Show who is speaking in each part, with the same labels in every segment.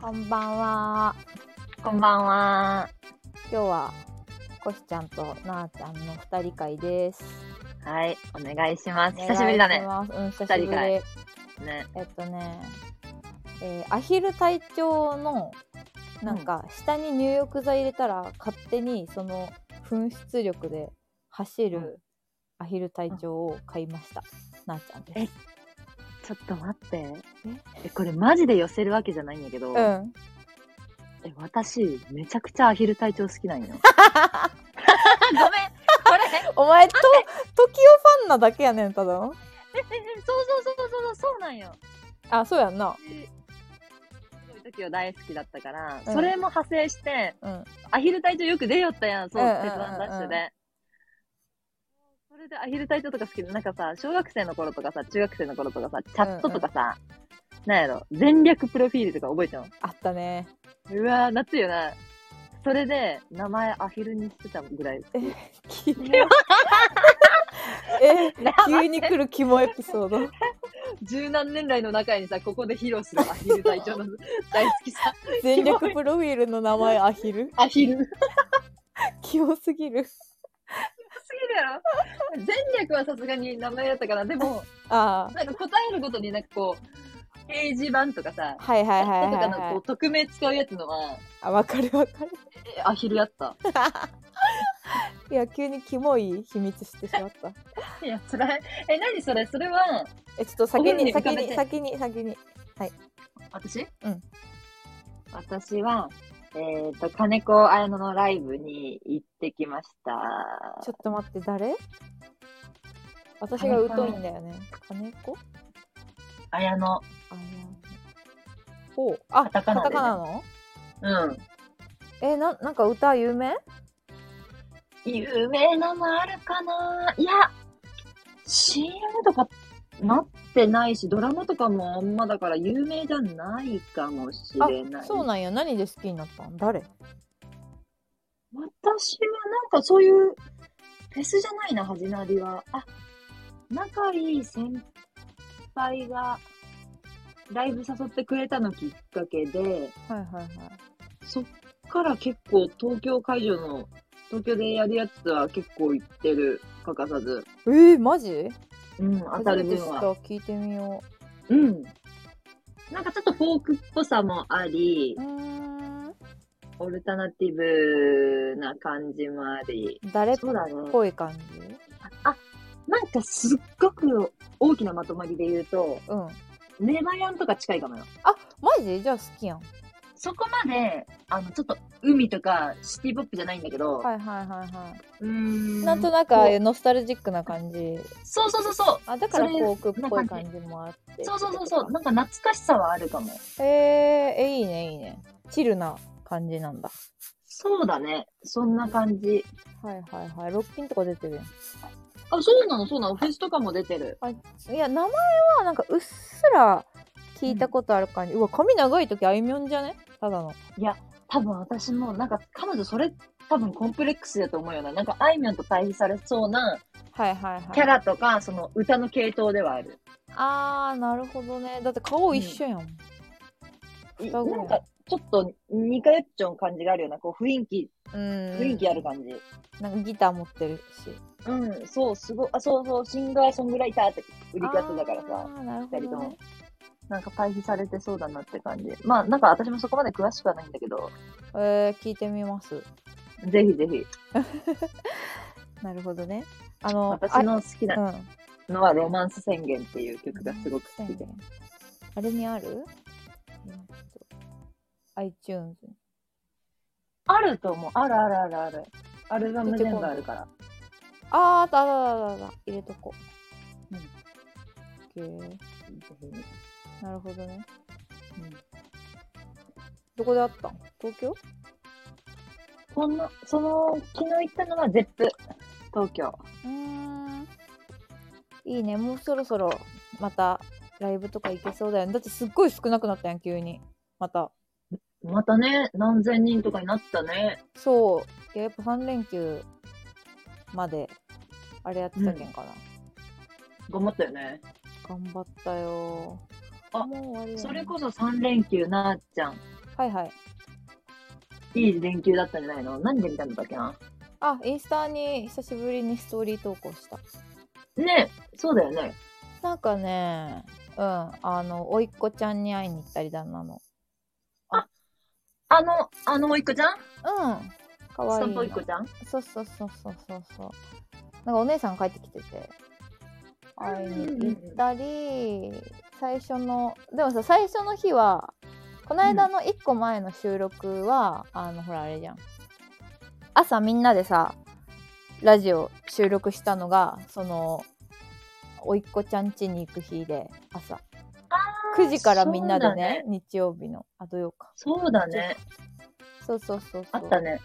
Speaker 1: こんばんは。
Speaker 2: こんばんは。
Speaker 1: 今日は、こしちゃんとなあちゃんの二人会です。
Speaker 2: はい、お願いします。久しぶりだね
Speaker 1: お。願いしますうん、久しぶ
Speaker 2: 二人
Speaker 1: り
Speaker 2: 会。ね。
Speaker 1: えっとね、えーアヒル隊長の、なんか、下に入浴剤入れたら、勝手にその噴出力で走
Speaker 2: う
Speaker 1: るアヒル隊長を買いました。なあちゃんです。
Speaker 2: ちょっと待って。え、これマジで寄せるわけじゃないんやけど、
Speaker 1: う
Speaker 2: え、
Speaker 1: ん。
Speaker 2: 私、めちゃくちゃアヒル隊長好きなん よ。ごめん、こ
Speaker 1: お前、と、トキオファンなだけやねん、ただの。
Speaker 2: れ、そうそうそうそうそう、そうなんよ。
Speaker 1: あ、そうやんな。
Speaker 2: そういう時は大好きだったから、
Speaker 1: うん
Speaker 2: それも派生して、
Speaker 1: うん。
Speaker 2: アヒル隊長よく出よったやん、そう、
Speaker 1: うんうんうんうん
Speaker 2: 鉄腕ダッシュで。それでアヒル隊長とか好きで、なんかさ、小学生の頃とかさ、中学生の頃とかさ、チャットとかさ、なんやろ、全略プロフィールとか覚えちゃう
Speaker 1: あったね。
Speaker 2: うわー、夏よな。それで、名前アヒルにしてたぐらい。
Speaker 1: キモえ急に来るキモエピソー ド
Speaker 2: 十何年来の中にさ、ここで披露するアヒル隊長の大好きさ。
Speaker 1: 全力プロフィールの名前アヒル
Speaker 2: アヒル。す
Speaker 1: キモすぎる
Speaker 2: ぎるやろ全略はさすがに名前だったから、で も、
Speaker 1: あ
Speaker 2: なんか答えるごとになんかこう、掲示板とかさ
Speaker 1: あ、はいはいはい
Speaker 2: と
Speaker 1: は
Speaker 2: か
Speaker 1: い、
Speaker 2: のこ
Speaker 1: は
Speaker 2: う匿名使うやつのは、
Speaker 1: い、あわかるわかる
Speaker 2: え、アヒルやった。
Speaker 1: いや急にキモい秘密してしまった
Speaker 2: いや、それ、え、何それそれは、
Speaker 1: えちょっと先に
Speaker 2: お風
Speaker 1: 先
Speaker 2: 呂に
Speaker 1: に
Speaker 2: 浮か
Speaker 1: 先に先に
Speaker 2: 私
Speaker 1: うん。
Speaker 2: 私は、えっ、と、金子綾乃のライブに行ってきました。
Speaker 1: ちょっと待って誰私が疎いんだよね金子
Speaker 2: 綾乃。
Speaker 1: あやほうあ
Speaker 2: カタカナでね
Speaker 1: カナの
Speaker 2: うん。
Speaker 1: えななんか歌有名
Speaker 2: 有名なのあるかないや、CM とかなってないし、ドラマとかもあんまだから有名じゃないかもし
Speaker 1: あ
Speaker 2: れない。
Speaker 1: そうなんや何で好きになったん誰
Speaker 2: 私はなんかそういう、フェスじゃないな、始まりは。あ、仲いい先輩が、ライブ誘ってくれたのきっかけで、
Speaker 1: はいはいはい
Speaker 2: そっから結構東京会場の、東京でやるやつは結構行ってる、欠かさず。
Speaker 1: えー、マジ
Speaker 2: うん、当た
Speaker 1: 初め
Speaker 2: る分
Speaker 1: て知っ
Speaker 2: は。
Speaker 1: た聞いてみよ
Speaker 2: うん。なんかちょっとフォークっぽさもあり
Speaker 1: う。う、ーん。
Speaker 2: オルタナティブな感じもあり。
Speaker 1: 誰っ
Speaker 2: そうだね。
Speaker 1: ぽい感じ
Speaker 2: なんかすっごく大きなまとまりで言うと、
Speaker 1: うん。あ、
Speaker 2: ネバヤンとか近いかもよ。
Speaker 1: マジじゃあ好きやん。
Speaker 2: そこまで、あの、ちょっと海とかシティポップじゃないんだけど、
Speaker 1: はいはいはいはい。
Speaker 2: うーん
Speaker 1: なんとなくああいうノスタルジックな感じ。
Speaker 2: そうそうそうそう。
Speaker 1: あ、だから
Speaker 2: それ
Speaker 1: フォークっぽい
Speaker 2: な感
Speaker 1: 感じもあって。
Speaker 2: そうそうそうそう。なんか懐かしさはあるかも。
Speaker 1: へえー、え、いいねいいね。チルな感じなんだ。
Speaker 2: そうだね。そんな感じ。
Speaker 1: はいはいはい。ロッキンとか出てるやん。
Speaker 2: あ、そうなの、そうなの。フェスとかも出てる。
Speaker 1: あ、いや、名前はなんかうっすら聞いたことある感じ。うわ、髪長い時あいみょんじゃねただの。
Speaker 2: 多分私も、なんか彼女それ多分コンプレックスだと思うよな。なんかあいみょんと対比されそうな
Speaker 1: はいはいはい。
Speaker 2: キャラとか、その歌の系統ではある。
Speaker 1: あー、なるほどね。だって顔一緒やん。
Speaker 2: い
Speaker 1: そ
Speaker 2: な
Speaker 1: うね
Speaker 2: んかちょっと似通っちゃう感じがあるような、こう雰囲気、
Speaker 1: うん。
Speaker 2: 雰囲気ある感じ。
Speaker 1: なんかギター持ってるし。
Speaker 2: うん、そう、すごい、あ、そうそう、シンガーソングライターって売り方だからさ、
Speaker 1: あー。なるほ
Speaker 2: 二人と
Speaker 1: ど、ね
Speaker 2: も。。なんか対比されてそうだなって感じ。まあ、なんか私もそこまで詳しくはないんだけど、
Speaker 1: えー、聞いてみます。
Speaker 2: ぜひぜひ、
Speaker 1: なるほどね。あの、
Speaker 2: 私の好き
Speaker 1: あ
Speaker 2: な
Speaker 1: うん、
Speaker 2: のはロマンス宣言っていう曲がすごく好きで。
Speaker 1: あれにある、えーっと ?iTunes。
Speaker 2: あると思う。あるあるあるある。アルバム全部あるから。
Speaker 1: あー、あったあったあったあった。入れとこう。うん。オッケー。なるほどね。どこであったん東京
Speaker 2: こんな、その、昨日行ったのは ZEP、東京。
Speaker 1: うーん。いいね。もうそろそろ、また、ライブとか行けそうだよね。だってすっごい少なくなったやん、急に。また。
Speaker 2: またね、何千人とかになったね。
Speaker 1: そう。いや、やっぱ3連休まで、あれやってたけんかな。
Speaker 2: 頑張ったよね。
Speaker 1: 頑張ったよ。
Speaker 2: あ
Speaker 1: もう終わりよね
Speaker 2: それこそ3連休なあちゃん。
Speaker 1: はいはい。
Speaker 2: いい連休だったんじゃないの何で見たんだったっけな
Speaker 1: あ、インスタに久しぶりにストーリー投稿した。
Speaker 2: ねえ、そうだよね。
Speaker 1: なんかね、うん、あの、おいっ子ちゃんに会いに行ったりだなの。
Speaker 2: あの、あのおいっ子ちゃん
Speaker 1: うん。か
Speaker 2: ス
Speaker 1: わ
Speaker 2: タ
Speaker 1: いい
Speaker 2: ンプおいっ
Speaker 1: の。
Speaker 2: 子ちゃん
Speaker 1: そうそうそうそうそうそう。なんかお姉さん帰ってきてて、会いに行ったり、最初の、でもさ、最初の日は、この間の1個前の収録は、あの、ほらあれじゃん。朝みんなでさ、ラジオ収録したのが、その、おいっ子ちゃん家に行く日で、朝。9時からみんなでね、日曜日の、あ、土曜か。
Speaker 2: そうだね。
Speaker 1: そうそうそう
Speaker 2: あ
Speaker 1: そう。
Speaker 2: ったね。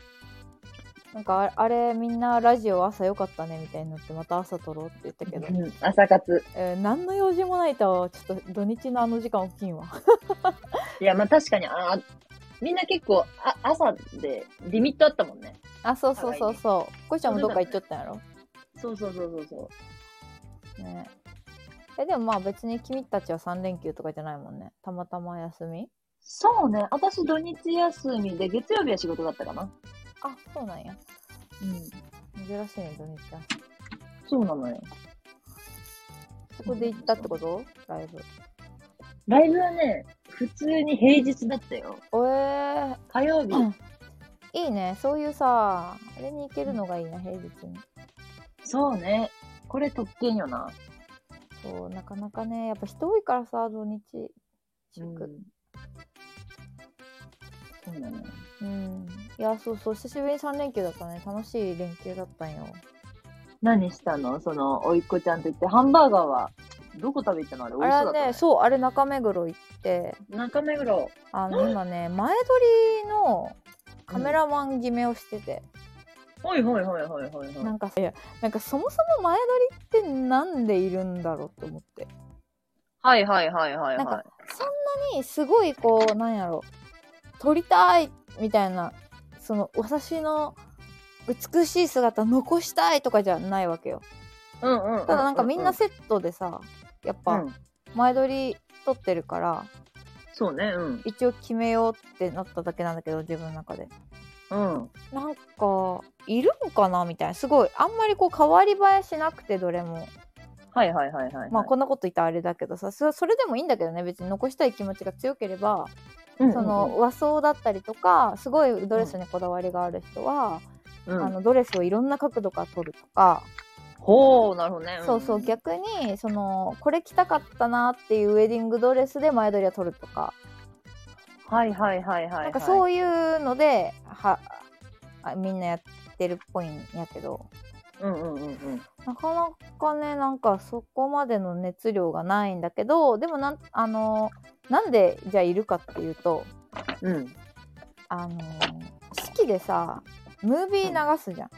Speaker 1: なんかああれみんなラジオ朝良かったねみたいになってまた朝撮ろうって言ったけど、
Speaker 2: うん、朝活。
Speaker 1: えー何の用事もないとちょっと土日のあの時間大きいわ
Speaker 2: いや、まあ確かに、あみんな結構あ、朝でリミットあったもんね。
Speaker 1: あそうそうそうそうこいちゃんもどっか行っちゃったんやろ
Speaker 2: そうそうそうそうそう。
Speaker 1: ねえでもまあ別に君たちは3連休とかじゃないもんねたまたま休み
Speaker 2: そうね。私土日休みで、月曜日は仕事だったかな。
Speaker 1: あそうなんや
Speaker 2: うん。
Speaker 1: 珍しいね土日は
Speaker 2: そうなのよ。
Speaker 1: そこで行ったってことライブ
Speaker 2: ライブはね、普通に平日だったよ。
Speaker 1: おえ
Speaker 2: 火曜日。
Speaker 1: ー、いいねそういうさあれに行けるのがいいな平日に
Speaker 2: そうね。これ特権よな。
Speaker 1: そうなかなかねやっぱ人多いからさ土日祝、
Speaker 2: そうなのよ。
Speaker 1: うん、いやそうそう久しぶりに3連休だったね楽しい連休だったんよ
Speaker 2: 何したのその、おいっ子ちゃんと言って、ハンバーガーは、どこ食べ行ったのあれ、美
Speaker 1: あれ
Speaker 2: 味
Speaker 1: は
Speaker 2: しそうだ
Speaker 1: ね
Speaker 2: ったね。
Speaker 1: そうあれ中目黒行って
Speaker 2: 中目黒。
Speaker 1: あの今ね前撮りのカメラマン決めをしてて、
Speaker 2: ほいほいほいほいほいほい
Speaker 1: な。んかいやなんかそもそも前撮りってなんでいるんだろうって思って
Speaker 2: はいはいはいはい
Speaker 1: なんか
Speaker 2: は
Speaker 1: そんなにすごいこうなんやろ撮りたいみたいなその私の美しい姿残したいとかじゃないわけよ
Speaker 2: い。うんうんうう。
Speaker 1: ただなんかみんな
Speaker 2: う
Speaker 1: セットでさやっぱ、
Speaker 2: うん、
Speaker 1: 前撮り撮ってるから
Speaker 2: そうね、うん。
Speaker 1: 一応決めようってなっただけなんだけど自分の中で
Speaker 2: うん。
Speaker 1: なんかいるんかなみたいなすごいあんまりこう変わり映えしなくてどれも
Speaker 2: はいはいはいはい。
Speaker 1: まあこんなこと言ったらあれだけどさそそれでもいいんだけどね別に残したい気持ちが強ければ
Speaker 2: うんうんうん、
Speaker 1: その和装だったりとかすごいドレスにこだわりがある人は
Speaker 2: う
Speaker 1: あ
Speaker 2: ん、
Speaker 1: のドレスをいろんな角度から撮るとか
Speaker 2: ほう、なるほどね。ん
Speaker 1: そうそう。逆にそのこれ着たかったなっていうウェディングドレスで前撮りは撮るとか
Speaker 2: はいはいはいはいはい。
Speaker 1: なんかそう
Speaker 2: いう
Speaker 1: いうのではあみんなやってるっぽいんやけど
Speaker 2: う。うんうんうんうん。
Speaker 1: なかなかねなんかそこまでの熱量がないんだけどでもなんあのなんでじゃあいるかっていうと
Speaker 2: うん。
Speaker 1: あの式でさムービー流すじゃん、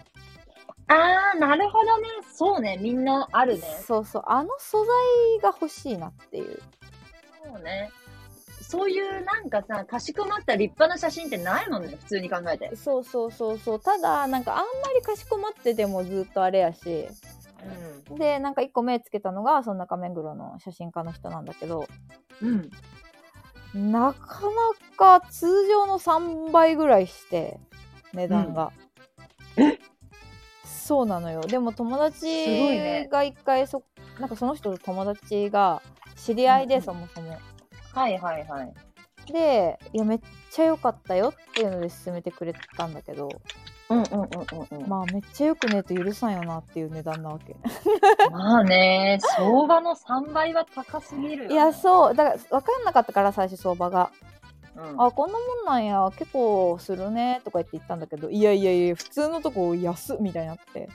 Speaker 2: あー、なるほどね。そうね。みんなあるね。
Speaker 1: そうそうあの素材が欲しいなっていう
Speaker 2: そうね。そういうなんかさ、かしこまった立派な写真ってないもんね。普通に考えて。
Speaker 1: そうそうそうそうただなんかあんまりかしこまっててもずっとあれやしでなんか一個目つけたのがその中目黒の写真家の人なんだけど
Speaker 2: うん。うん。
Speaker 1: なかなか通常の3倍ぐらいして値段が、そうなのよでも友達
Speaker 2: すごいね
Speaker 1: が一回そなんかその人と友達が知り合いで、
Speaker 2: うんうん
Speaker 1: そもそも
Speaker 2: はいはいはい。
Speaker 1: でいやめっちゃ良かったよっていうので勧めてくれたんだけど
Speaker 2: うんうんうんうんうん。ま
Speaker 1: まあめっちゃよくねえと許さんよなっていう値段なわけ
Speaker 2: あね、相場の3倍は高すぎるよ、
Speaker 1: いやそうだから分かんなかったから最初相場が
Speaker 2: うん。
Speaker 1: あこんなもんなんや結構するねとか言って言ったんだけどいやいやいや普通のとこ安っみたいになって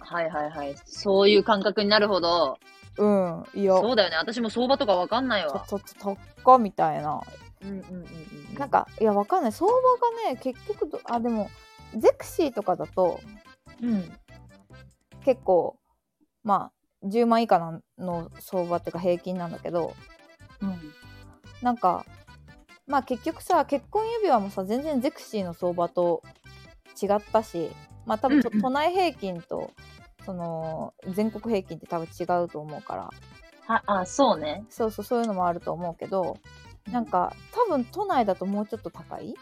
Speaker 2: はいはいはい。そういう感覚になるほど。
Speaker 1: うんいや
Speaker 2: そうだよね。私も相場とかわかんない
Speaker 1: ちょ
Speaker 2: わ。
Speaker 1: ちょっと高っみたいな、
Speaker 2: うんうんうんう
Speaker 1: なんかいやわかんない相場がね結局どあでもゼクシーとかだと
Speaker 2: うん。
Speaker 1: 結構まあ10万以下なの相場っていうか平均なんだけど
Speaker 2: うん。
Speaker 1: なんかまあ結局さ結婚指輪もさ全然ゼクシーの相場と違ったしまあ多分と
Speaker 2: うんうん
Speaker 1: 都内平均とその全国平均って多分違うと思うから
Speaker 2: は、あ、そうね。
Speaker 1: そうそうそういうのもあると思うけどなんか多分都内だともうちょっと高い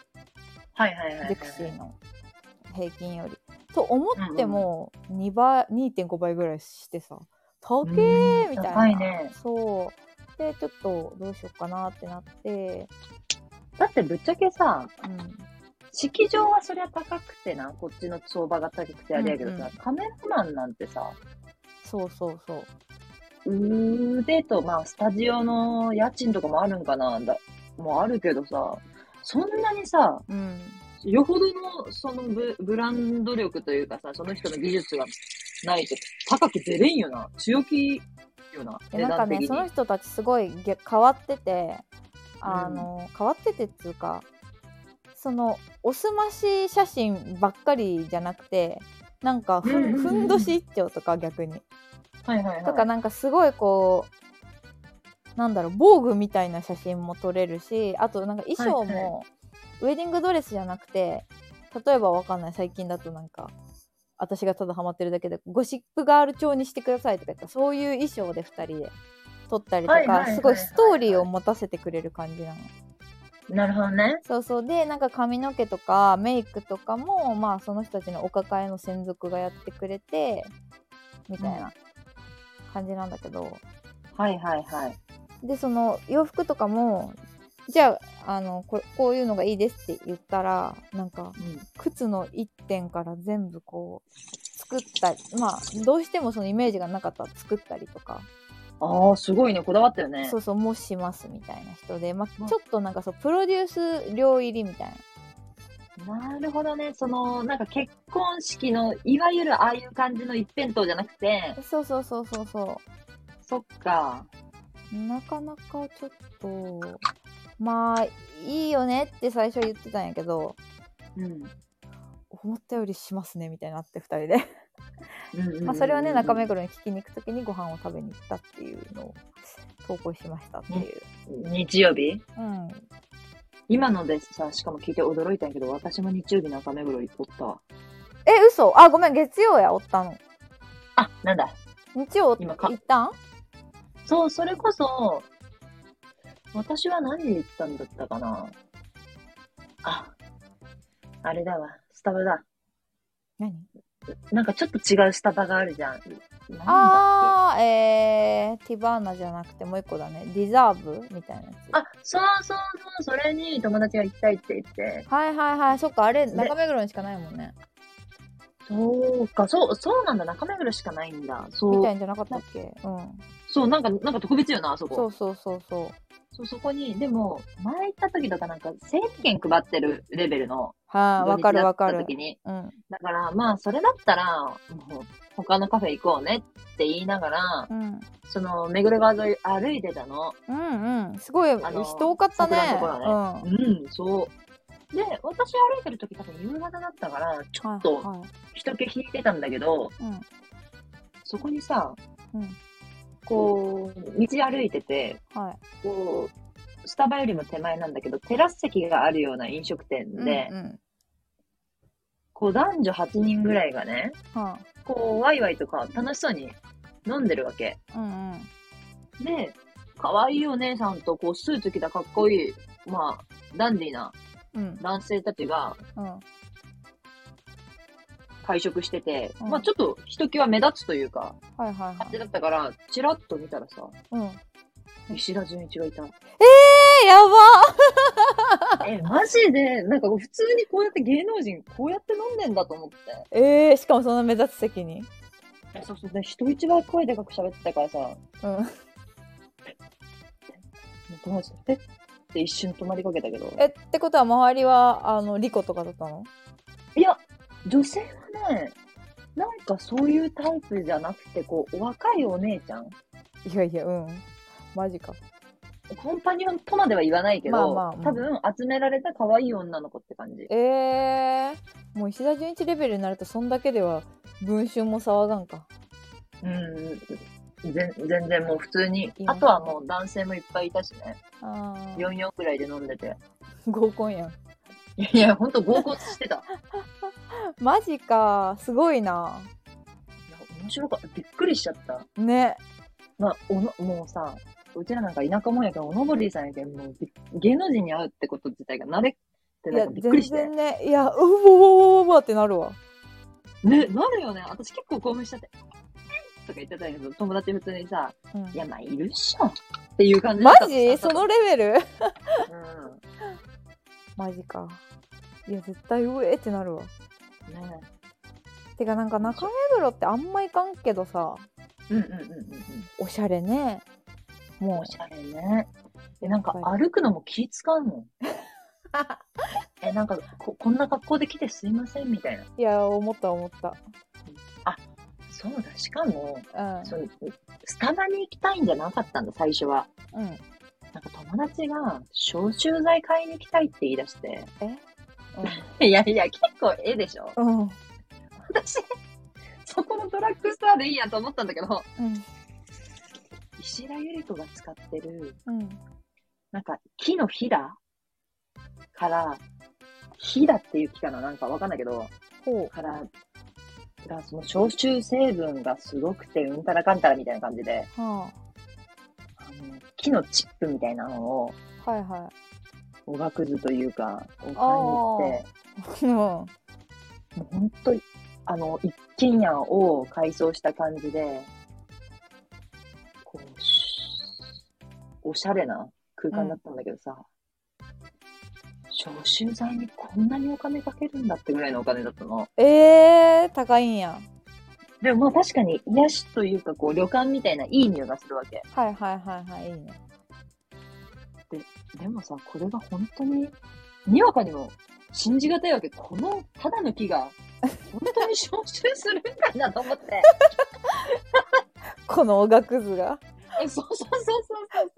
Speaker 2: はいはいはいはい。
Speaker 1: ゼクシーの平均より。と思っても2倍2.5倍ぐらいしてさ高え
Speaker 2: うん
Speaker 1: みたいな。
Speaker 2: 高いね
Speaker 1: そうでちょっとどうしようかなってなって、
Speaker 2: だってぶっちゃけさ、
Speaker 1: うん、
Speaker 2: 式場はそりゃ高くてな、こっちの相場が高くてあれやけどさ、
Speaker 1: うんうん
Speaker 2: カメラマンなんてさ、
Speaker 1: そうそうそう
Speaker 2: 腕と、まあ、スタジオの家賃とかもあるんかな、だもうあるけどさ、そんなにさ、
Speaker 1: うん
Speaker 2: よほどのそのブブランド力というかさ、その人の技術がないと高く出れんよな。強気よな、
Speaker 1: いやな
Speaker 2: 値
Speaker 1: んか
Speaker 2: 段的
Speaker 1: ね
Speaker 2: に。
Speaker 1: その人たちすごいげ変わっててあの、変わっててっつうかそのおすまし写真ばっかりじゃなくてなんかふ,、
Speaker 2: うんうん
Speaker 1: ん
Speaker 2: うん
Speaker 1: ふんどし一丁とか逆に、
Speaker 2: はいはいはい。
Speaker 1: とかなんかすごいこうなんだろう防具みたいな写真も撮れるしあとなんか衣装
Speaker 2: はい
Speaker 1: もウェディングドレスじゃなくて例えばわかんない最近だとなんか私がただハマってるだけでゴシップガール調にしてくださいとか言ったらそういう衣装で2人で撮ったりと
Speaker 2: はいはいはいは
Speaker 1: か
Speaker 2: い
Speaker 1: すごいストーリーを持たせてくれる感じなの。
Speaker 2: なるほどね。
Speaker 1: そうそうでなんか髪の毛とかメイクとかもまあその人たちのお抱えの専属がやってくれてみたいな感じなんだけど、
Speaker 2: はいはいはい。
Speaker 1: でその洋服とかもじゃああのこれこういうのがいいですって言ったらなんか靴の1点から全部こう作ったりまあどうしてもそのイメージがなかったら作ったりとか、
Speaker 2: ああ、すごいね。こだわったよね。
Speaker 1: そうそうもしますみたいな人で、まあ、ちょっとなんかそうプロデュース量入りみたいな
Speaker 2: なるほどね。その、なんか結婚式の、いわゆるああいう感じの一辺倒じゃなくて、
Speaker 1: そうそうそうそうそ
Speaker 2: そっか。
Speaker 1: うなかなかちょっとまあいいよねって最初言ってたんやけど
Speaker 2: うん。
Speaker 1: 思ったよりしますねみたいになって2人でまあ、
Speaker 2: あ
Speaker 1: それをね中目
Speaker 2: く
Speaker 1: 黒に聞きに行くときにご飯を食べに行ったっていうのを投稿しましたっていう、
Speaker 2: 日曜日
Speaker 1: うん、
Speaker 2: 今のでさ、しかも聞いて驚いたんやけど、私も日曜日中目黒行っとったわ。
Speaker 1: え嘘あごめん月曜やおったの
Speaker 2: あ、なんだ。
Speaker 1: 日曜
Speaker 2: 今か
Speaker 1: 行ったん
Speaker 2: そう、それこそ、私は何で行ったんだったかな。あ、あれだわ、スタバだ。
Speaker 1: 何
Speaker 2: なんかちょっと違うスタバがあるじゃん。なんだっ
Speaker 1: あーえー、ティバーナじゃなくてもう一個だねリザーブみたいなや
Speaker 2: けあ、そうそうそう、それに友達が行きたいって言って。
Speaker 1: つはいはいはいそっかあれ中目黒にしかないもんね
Speaker 2: そうか、そう、そうなんだ、中目黒しかないんだ。
Speaker 1: み
Speaker 2: そ
Speaker 1: た
Speaker 2: う、
Speaker 1: いんじゃなかったっけうん
Speaker 2: そう、なんか、なんか特別よな、あそこ。
Speaker 1: そうそうそうそう
Speaker 2: そう、そこに、でも、前行った時とかなんか、整理券配ってるレベルの、
Speaker 1: はいわかるわか
Speaker 2: 土日だ
Speaker 1: る
Speaker 2: った時に。
Speaker 1: うん
Speaker 2: だから、まあ、それだったら、もう、他のカフェ行こうねって言いながら、
Speaker 1: うん
Speaker 2: その、目黒川沿い歩いてたの。
Speaker 1: うんうんすごい
Speaker 2: あの
Speaker 1: 人多かったね
Speaker 2: 桜のところ
Speaker 1: うん
Speaker 2: うん、そう。で、私歩いてる時多分夕方だったから、ちょっと
Speaker 1: はいはい
Speaker 2: 人気引いてたんだけど、
Speaker 1: うん
Speaker 2: そこにさ、
Speaker 1: うん
Speaker 2: こう、道歩いてて、
Speaker 1: はい
Speaker 2: こう、スタバよりも手前なんだけど、テラス席があるような飲食店で、
Speaker 1: うんうん
Speaker 2: こう男女8人ぐらいがね、
Speaker 1: は
Speaker 2: こうワイワイとか楽しそうに飲んでるわけ。
Speaker 1: あ、うんうん
Speaker 2: で、可愛いお姉さんとこうスーツ着たかっこいい、まあ、ダンディーな
Speaker 1: うん
Speaker 2: 男性たちが
Speaker 1: うん
Speaker 2: 会食してて、
Speaker 1: うん
Speaker 2: まあちょっとひときわ目立つというか、
Speaker 1: はいはいは
Speaker 2: 勝
Speaker 1: い。
Speaker 2: 手だったから、チラッと見たらさ、
Speaker 1: うん、え
Speaker 2: 石田純一がいた。
Speaker 1: ー、やば
Speaker 2: え、マジで、なんかこう普通にこうやって芸能人こうやって飲んでんだと思って。
Speaker 1: えー、しかもそんな目立つ席に。
Speaker 2: えそうそう。で、人一倍声でかく喋ってたからさ、も
Speaker 1: うん、
Speaker 2: う友達と、えって一瞬止まりかけたけど。
Speaker 1: えってことは周りはあのリコとかだったの
Speaker 2: いや、女性はね、なんかそういうタイプじゃなくて、こう、お若いお姉ちゃん、
Speaker 1: いやいやうんマジか。
Speaker 2: コンパニオンとまでは言わないけど、
Speaker 1: まあまあうん
Speaker 2: 多分集められた可愛い女の子って感じ。
Speaker 1: えー、もう石田純一レベルになるとそんだけでは文春も騒がんか。
Speaker 2: うん、ぜん全然もう普通に
Speaker 1: いい。ね
Speaker 2: あとはもう男性もいっぱいいたしね、
Speaker 1: あー
Speaker 2: 44くらいで飲んでて。
Speaker 1: 合コンやん。
Speaker 2: いや、ほんと合コンしてた。い
Speaker 1: マジかすごいな。
Speaker 2: や、面白かった。びっくりしちゃった。
Speaker 1: ね。
Speaker 2: まあ、おのもうさ、うちらなんか田舎もんやけど、おのぼりさんやけど、もうび芸能人に会うってこと自体が慣れて
Speaker 1: い
Speaker 2: な
Speaker 1: や
Speaker 2: んかびっく
Speaker 1: 全
Speaker 2: りして。
Speaker 1: 然ねいやうわうわうわうわってなるわ
Speaker 2: ね、なるよね。私結構興奮しちゃって、えーとか言ってたんやけど、友達普通にさ、
Speaker 1: うん
Speaker 2: いや、まあ、いるっしょっていう感じだ
Speaker 1: マ
Speaker 2: った
Speaker 1: ジそのレベル
Speaker 2: うん
Speaker 1: マジかいや絶対うえってなるわ
Speaker 2: ね
Speaker 1: てかなんか中目黒ってあんま行かんけどさ
Speaker 2: うんうんうんうんうん。
Speaker 1: おしゃれねも
Speaker 2: おしゃれね。え、なんか
Speaker 1: やっぱ
Speaker 2: 歩くのも気使 うもん。え、なんかこ、こんな格好で来てすいませんみたいな。
Speaker 1: ういや思った思った
Speaker 2: そうだ、しかも、
Speaker 1: う
Speaker 2: そのスタバに行きたいんじゃなかったんだ、最初は。
Speaker 1: ん、うん、
Speaker 2: なんか友達が、消臭剤買いに行きたいって言い出して。
Speaker 1: え
Speaker 2: いやいや、結構ええでしょ。
Speaker 1: うんうん
Speaker 2: 私、そこのドラッグストアでいいやと思ったんだけど、石田ゆり子が使ってる、
Speaker 1: うん
Speaker 2: なんか木のひだから、ひだっていう木かななんかわかんないけど、
Speaker 1: ほ
Speaker 2: から、がその消臭成分がすごくて、うんたらかんたらみたいな感じで、
Speaker 1: うは
Speaker 2: あの木のチップみたいなのを、
Speaker 1: あはいは
Speaker 2: おがくずというか、を買いに行っ
Speaker 1: い
Speaker 2: て、
Speaker 1: うん
Speaker 2: もう本当に、あの、一軒家を改装した感じで、こう、しおしゃれな空間だったんだけどさ、消臭剤にこんなにお金かけるんだってぐらいのお金だったの。
Speaker 1: えー、高いんや
Speaker 2: でもまあ確かに癒しというかこう旅館みたいないい匂いがするわけ。
Speaker 1: はいはいはいはいいいね
Speaker 2: でもさ、これが本当に、にわかにも信じがたいわけ。このただの木 が、本当に消臭するんだなと思って。
Speaker 1: このおがくずが
Speaker 2: え、 そうそうそうそうそう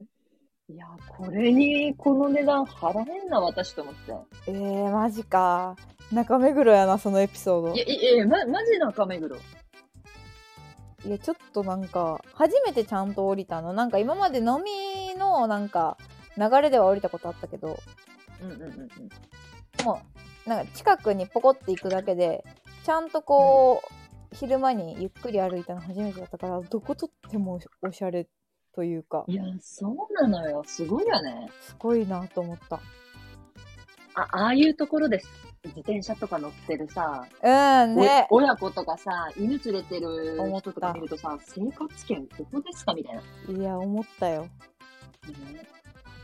Speaker 2: そう。いや、これに、この値段払えんな、私と思って。
Speaker 1: えー、マジか中目黒やなそのエピソード
Speaker 2: いや、いや、ま、マジな亀黒。
Speaker 1: いやちょっとなんか初めてちゃんと降りたのなんか今まで飲みのなんか流れでは降りたことあったけど
Speaker 2: うんうんうんうん。
Speaker 1: もうなんか近くにポコって行くだけでちゃんとこう、昼間にゆっくり歩いたの初めてだったからどこ撮ってもおしゃれというか
Speaker 2: いや、そうなのよ。すごいよね。
Speaker 1: すごいなと思った
Speaker 2: あ、ああいうところです。自転車とか乗ってるさ、
Speaker 1: うんね
Speaker 2: お親子とかさ、犬連れてる
Speaker 1: 思った
Speaker 2: 人とか見るとさ、生活圏ここですかみたいな。
Speaker 1: いや思ったよ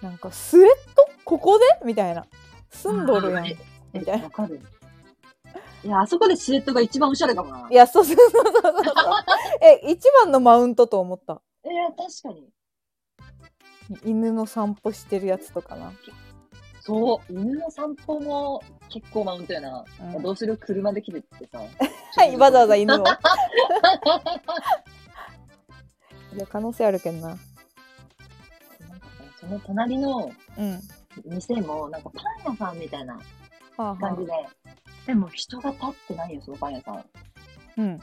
Speaker 1: なんかスウェットここでみたいな住んどるやん
Speaker 2: うん
Speaker 1: い
Speaker 2: え
Speaker 1: みたいな
Speaker 2: わかる。いや、あそこでスウェットが一番おしゃれかもな。
Speaker 1: やそうそうそうそうそうえ一番のマウントと思った
Speaker 2: えー確かに。
Speaker 1: 犬の散歩してるやつとかな、
Speaker 2: そう、犬の散歩も結構マウントやな。
Speaker 1: うん
Speaker 2: どうする車で来てってさ。
Speaker 1: はい、わざわざ
Speaker 2: い
Speaker 1: 犬を。 いや、可能性あるけんな。
Speaker 2: その隣の
Speaker 1: うん。は
Speaker 2: 店も、なんかパン屋さんみたいな
Speaker 1: あ、は
Speaker 2: 感じで、でも人が立ってないよ、そのパン屋さん。
Speaker 1: うん。ん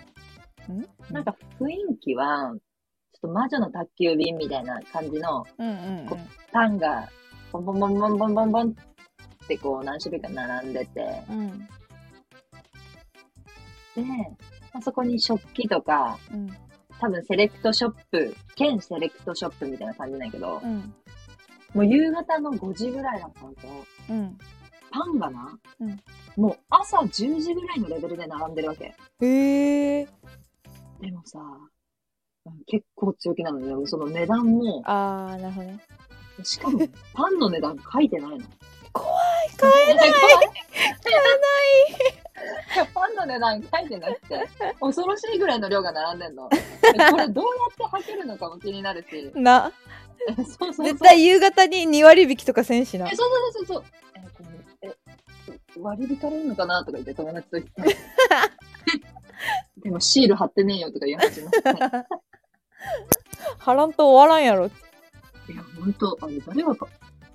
Speaker 2: なんか雰囲気は、ちょっと魔女の宅急便みたいな感じの、
Speaker 1: うんうん
Speaker 2: こパンが、ボンボンボンボンボンボンボンってこう何種類か並んでて、
Speaker 1: うん。うん。
Speaker 2: で、まあ、そこに食器とか、
Speaker 1: うん。
Speaker 2: 多分セレクトショップ、兼セレクトショップみたいな感じなんやけど、
Speaker 1: うん。
Speaker 2: もう夕方の5時ぐらいだったんだけど、
Speaker 1: うん。
Speaker 2: パンがな、
Speaker 1: うん
Speaker 2: もう朝10時ぐらいのレベルで並んでるわけ。
Speaker 1: へえ。
Speaker 2: でもさ、うん結構強気なのよ。その値段も、
Speaker 1: あー、なるほどね。
Speaker 2: しかもパンの値段書いてないの。
Speaker 1: 怖。
Speaker 2: い、買えない買えない パンの値段書いてなくて、恐ろしいぐらいの量が並んでんの。えこれどうやって履けるのかも気になるし
Speaker 1: な、
Speaker 2: えそうそうそう
Speaker 1: 絶対夕方に2割引きとかせんしな
Speaker 2: え、。そうそうそうそう。えこれえ、割り引かれるのかなとか言って友達と 言って。でもシール貼ってねえよとか言う話にな って。
Speaker 1: 貼らんと終わらんやろ。
Speaker 2: いや、ほんと、あれ、誰がか、